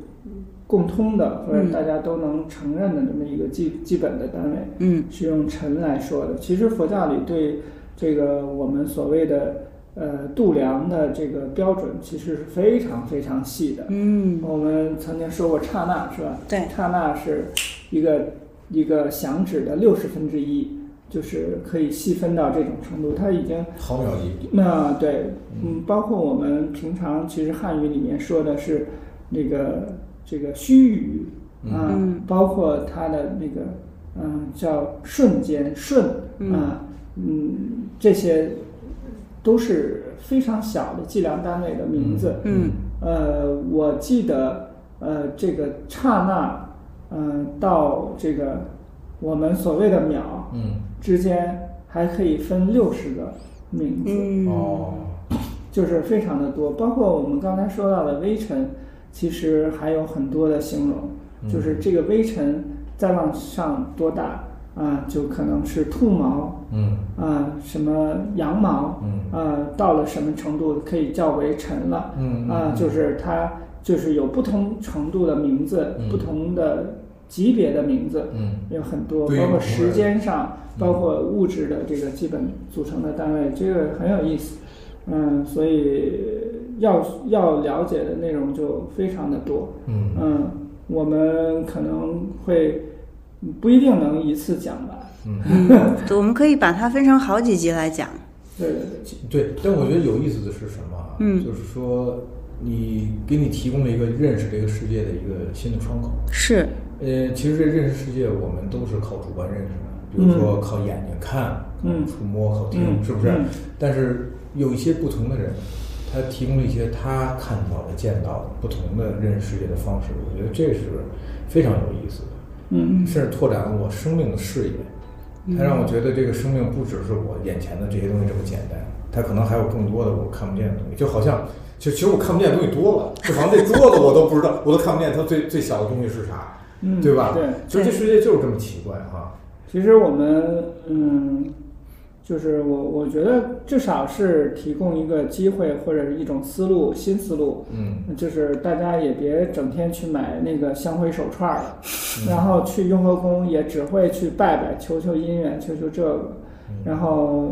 B: 共通的，或者
A: 嗯
B: 大家都能承认的这么一个基基本的单位。
A: 嗯
B: 是用尘来说的。其实佛教里对这个我们所谓的呃度量的这个标准，其实是非常非常细的。
A: 嗯
B: 我们曾经说过刹那是吧？
A: 对
B: 刹那是一个一个响指的六十分之一，就是可以细分到这种程度。它已经
C: 毫秒级。
B: 那对，嗯，包括我们平常其实汉语里面说的是那个这个虚语啊，
A: 嗯
B: 包括它的那个嗯、叫瞬间瞬啊，嗯，这些都是非常小的计量单位的名字。
A: 嗯
B: 呃，我记得呃这个刹那，嗯、到这个我们所谓的秒
C: 嗯，
B: 之间还可以分六十个名字。
A: 嗯
C: 哦，
B: 就是非常的多，包括我们刚才说到的微尘，其实还有很多的形
C: 嗯
B: 容，就是这个微尘再往上多大啊，就可能是兔毛
C: 嗯
B: 啊，什么羊毛
C: 嗯
B: 啊，到了什么程度可以叫为尘了
C: 嗯
B: 啊啊，就是它就是有不同程度的名字
C: 嗯，
B: 不同的级别的名字，
F: 嗯，
B: 有很多，
F: 对
B: 包括
F: 我们
B: 时间上，
F: 嗯
B: 包括物质的这个基本组成的单位，这个很有意思。嗯，所以要要了解的内容就非常的多。
F: 嗯
B: 嗯，我们可能会不一定能一次讲完。
A: 嗯，对我们可以把它分成好几集来讲。
B: 对对对，
C: 对，但我觉得有意思的是什么啊？
A: 嗯
C: 就是说你给你提供了一个认识这个世界的一个新的窗口。
A: 是，
C: 呃，其实这认识世界，我们都是靠主观认识的，比如说靠眼睛看、
B: 嗯
C: 靠触摸、靠听，
B: 嗯
C: 是不是？
B: 嗯
C: 但是有一些不同的人，他提供了一些他看到的、见到的不同的认识世界的方式，我觉得这是非常有意思的。
B: 嗯
C: 甚至拓展了我生命的视野，它让我觉得这个生命不只是我眼前的这些东西这么简单，它可能还有更多的我看不见的东西。就好像，其实其实我看不见的东西多了，就好像这桌子我都不知道，我都看不见它最最小的东西是啥，
B: 嗯
C: 对吧？
B: 对
C: 就这世界就是这么奇怪哈、
B: 其实我们嗯，就是我我觉得至少是提供一个机会或者是一种思路，新思路。
C: 嗯，
B: 就是大家也别整天去买那个香灰手串了，然后去雍和宫也只会去拜拜，求求姻缘，求求这个，然后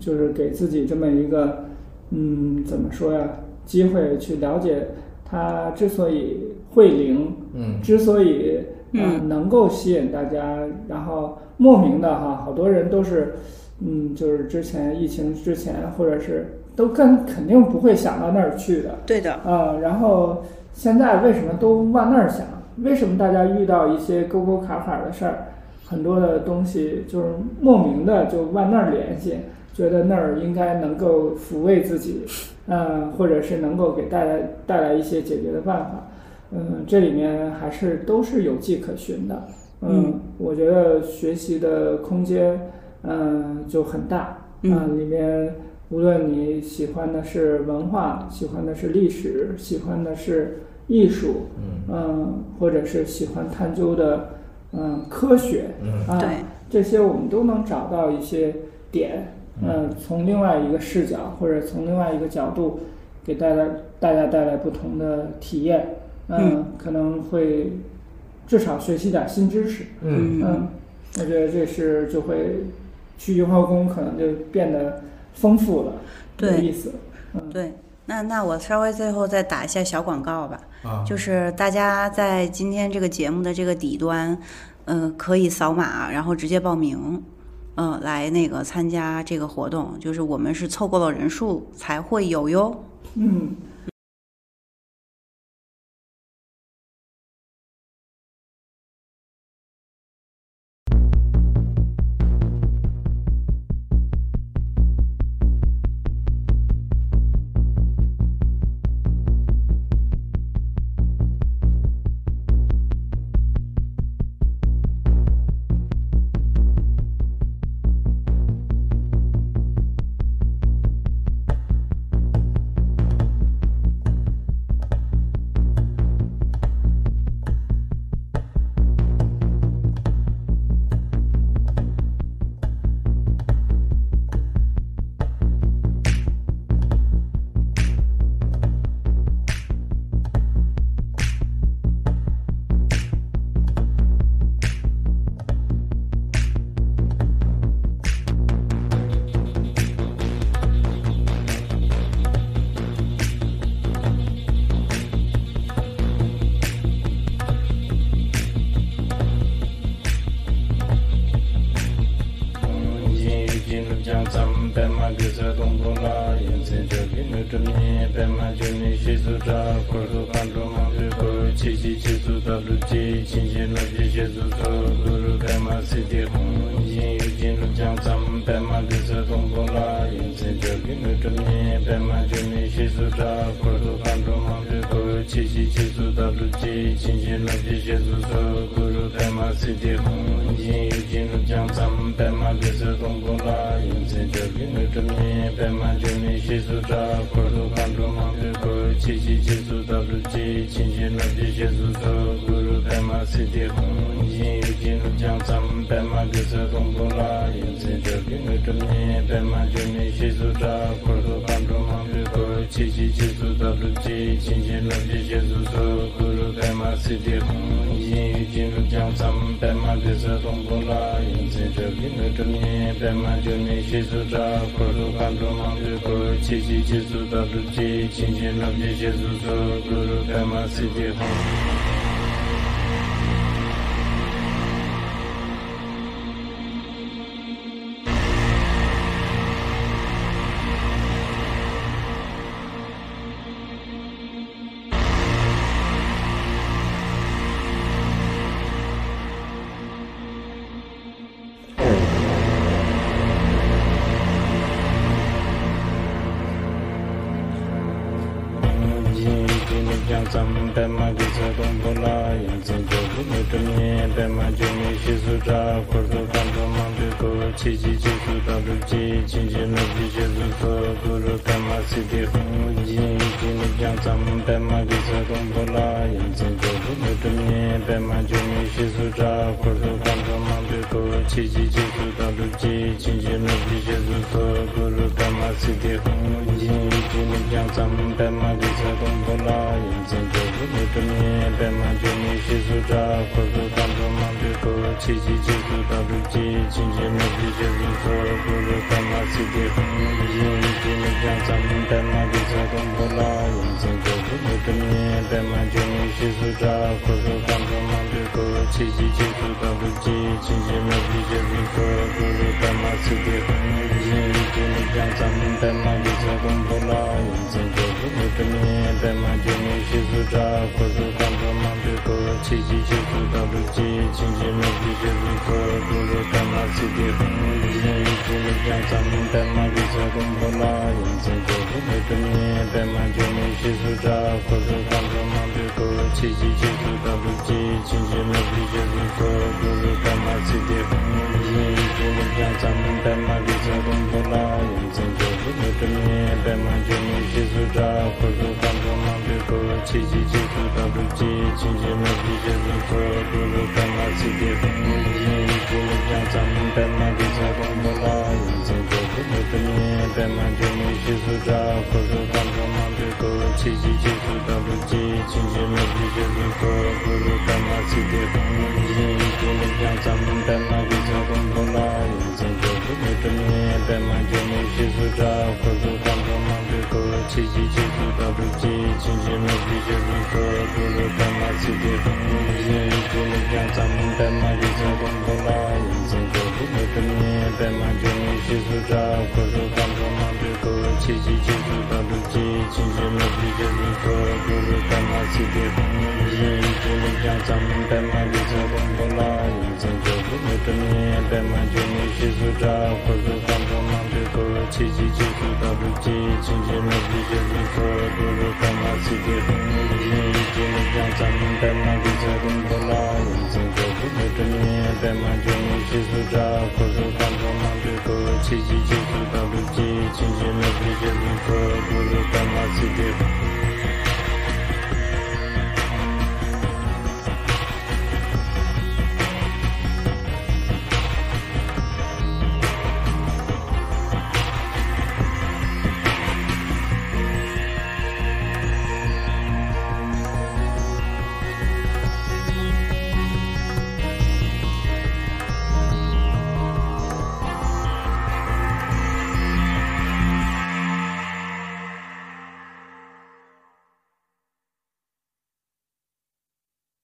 B: 就是给自己这么一个，嗯，怎么说呀？机会去了解它之所以会灵，
C: 嗯，
B: 之所以呃
A: 嗯
B: 能够吸引大家，然后莫名的哈，好多人都是，嗯，就是之前疫情之前，或者是都更肯定不会想到那儿去的，
A: 对的，
B: 呃，然后现在为什么都往那儿想？为什么大家遇到一些沟沟坎坎的事儿，很多的东西就是莫名的就往那儿联系，觉得那儿应该能够抚慰自己，呃，或者是能够给带来带来一些解决的办法。嗯，这里面还是都是有迹可循的。呃
A: 嗯
B: 我觉得学习的空间，嗯、就很大。
A: 嗯
B: 啊里面无论你喜欢的是文化，喜欢的是历史，喜欢的是艺术，
C: 嗯
B: 嗯、或者是喜欢探究的，嗯、科学，
C: 嗯
B: 啊，
A: 对，
B: 这些我们都能找到一些点，嗯、从另外一个视角或者从另外一个角度，给大家大家带来不同的体验，
A: 嗯
B: 可能会至少学习点新知识，
C: 嗯，
B: 嗯，我觉得这是就会去雍和宫，可能就变得丰富了，有
A: 对
B: 意思了，嗯，
A: 对。那那我稍微最后再打一下小广告吧，
F: 啊，
A: 就是大家在今天这个节目的这个底端，呃，可以扫码，然后直接报名，呃，来那个参加这个活动。就是我们是凑够了人数才会有哟。
B: 嗯。
G: Thank 入寂，清净入寂，解如所，故如白马四地红，一心于静入江三，白马白色东波拉，因此这品的中念，白马就念西苏扎，故如甘露芒日故，七七七苏达入寂，清净入寂，解如所，故如白马四地红。 Thank you.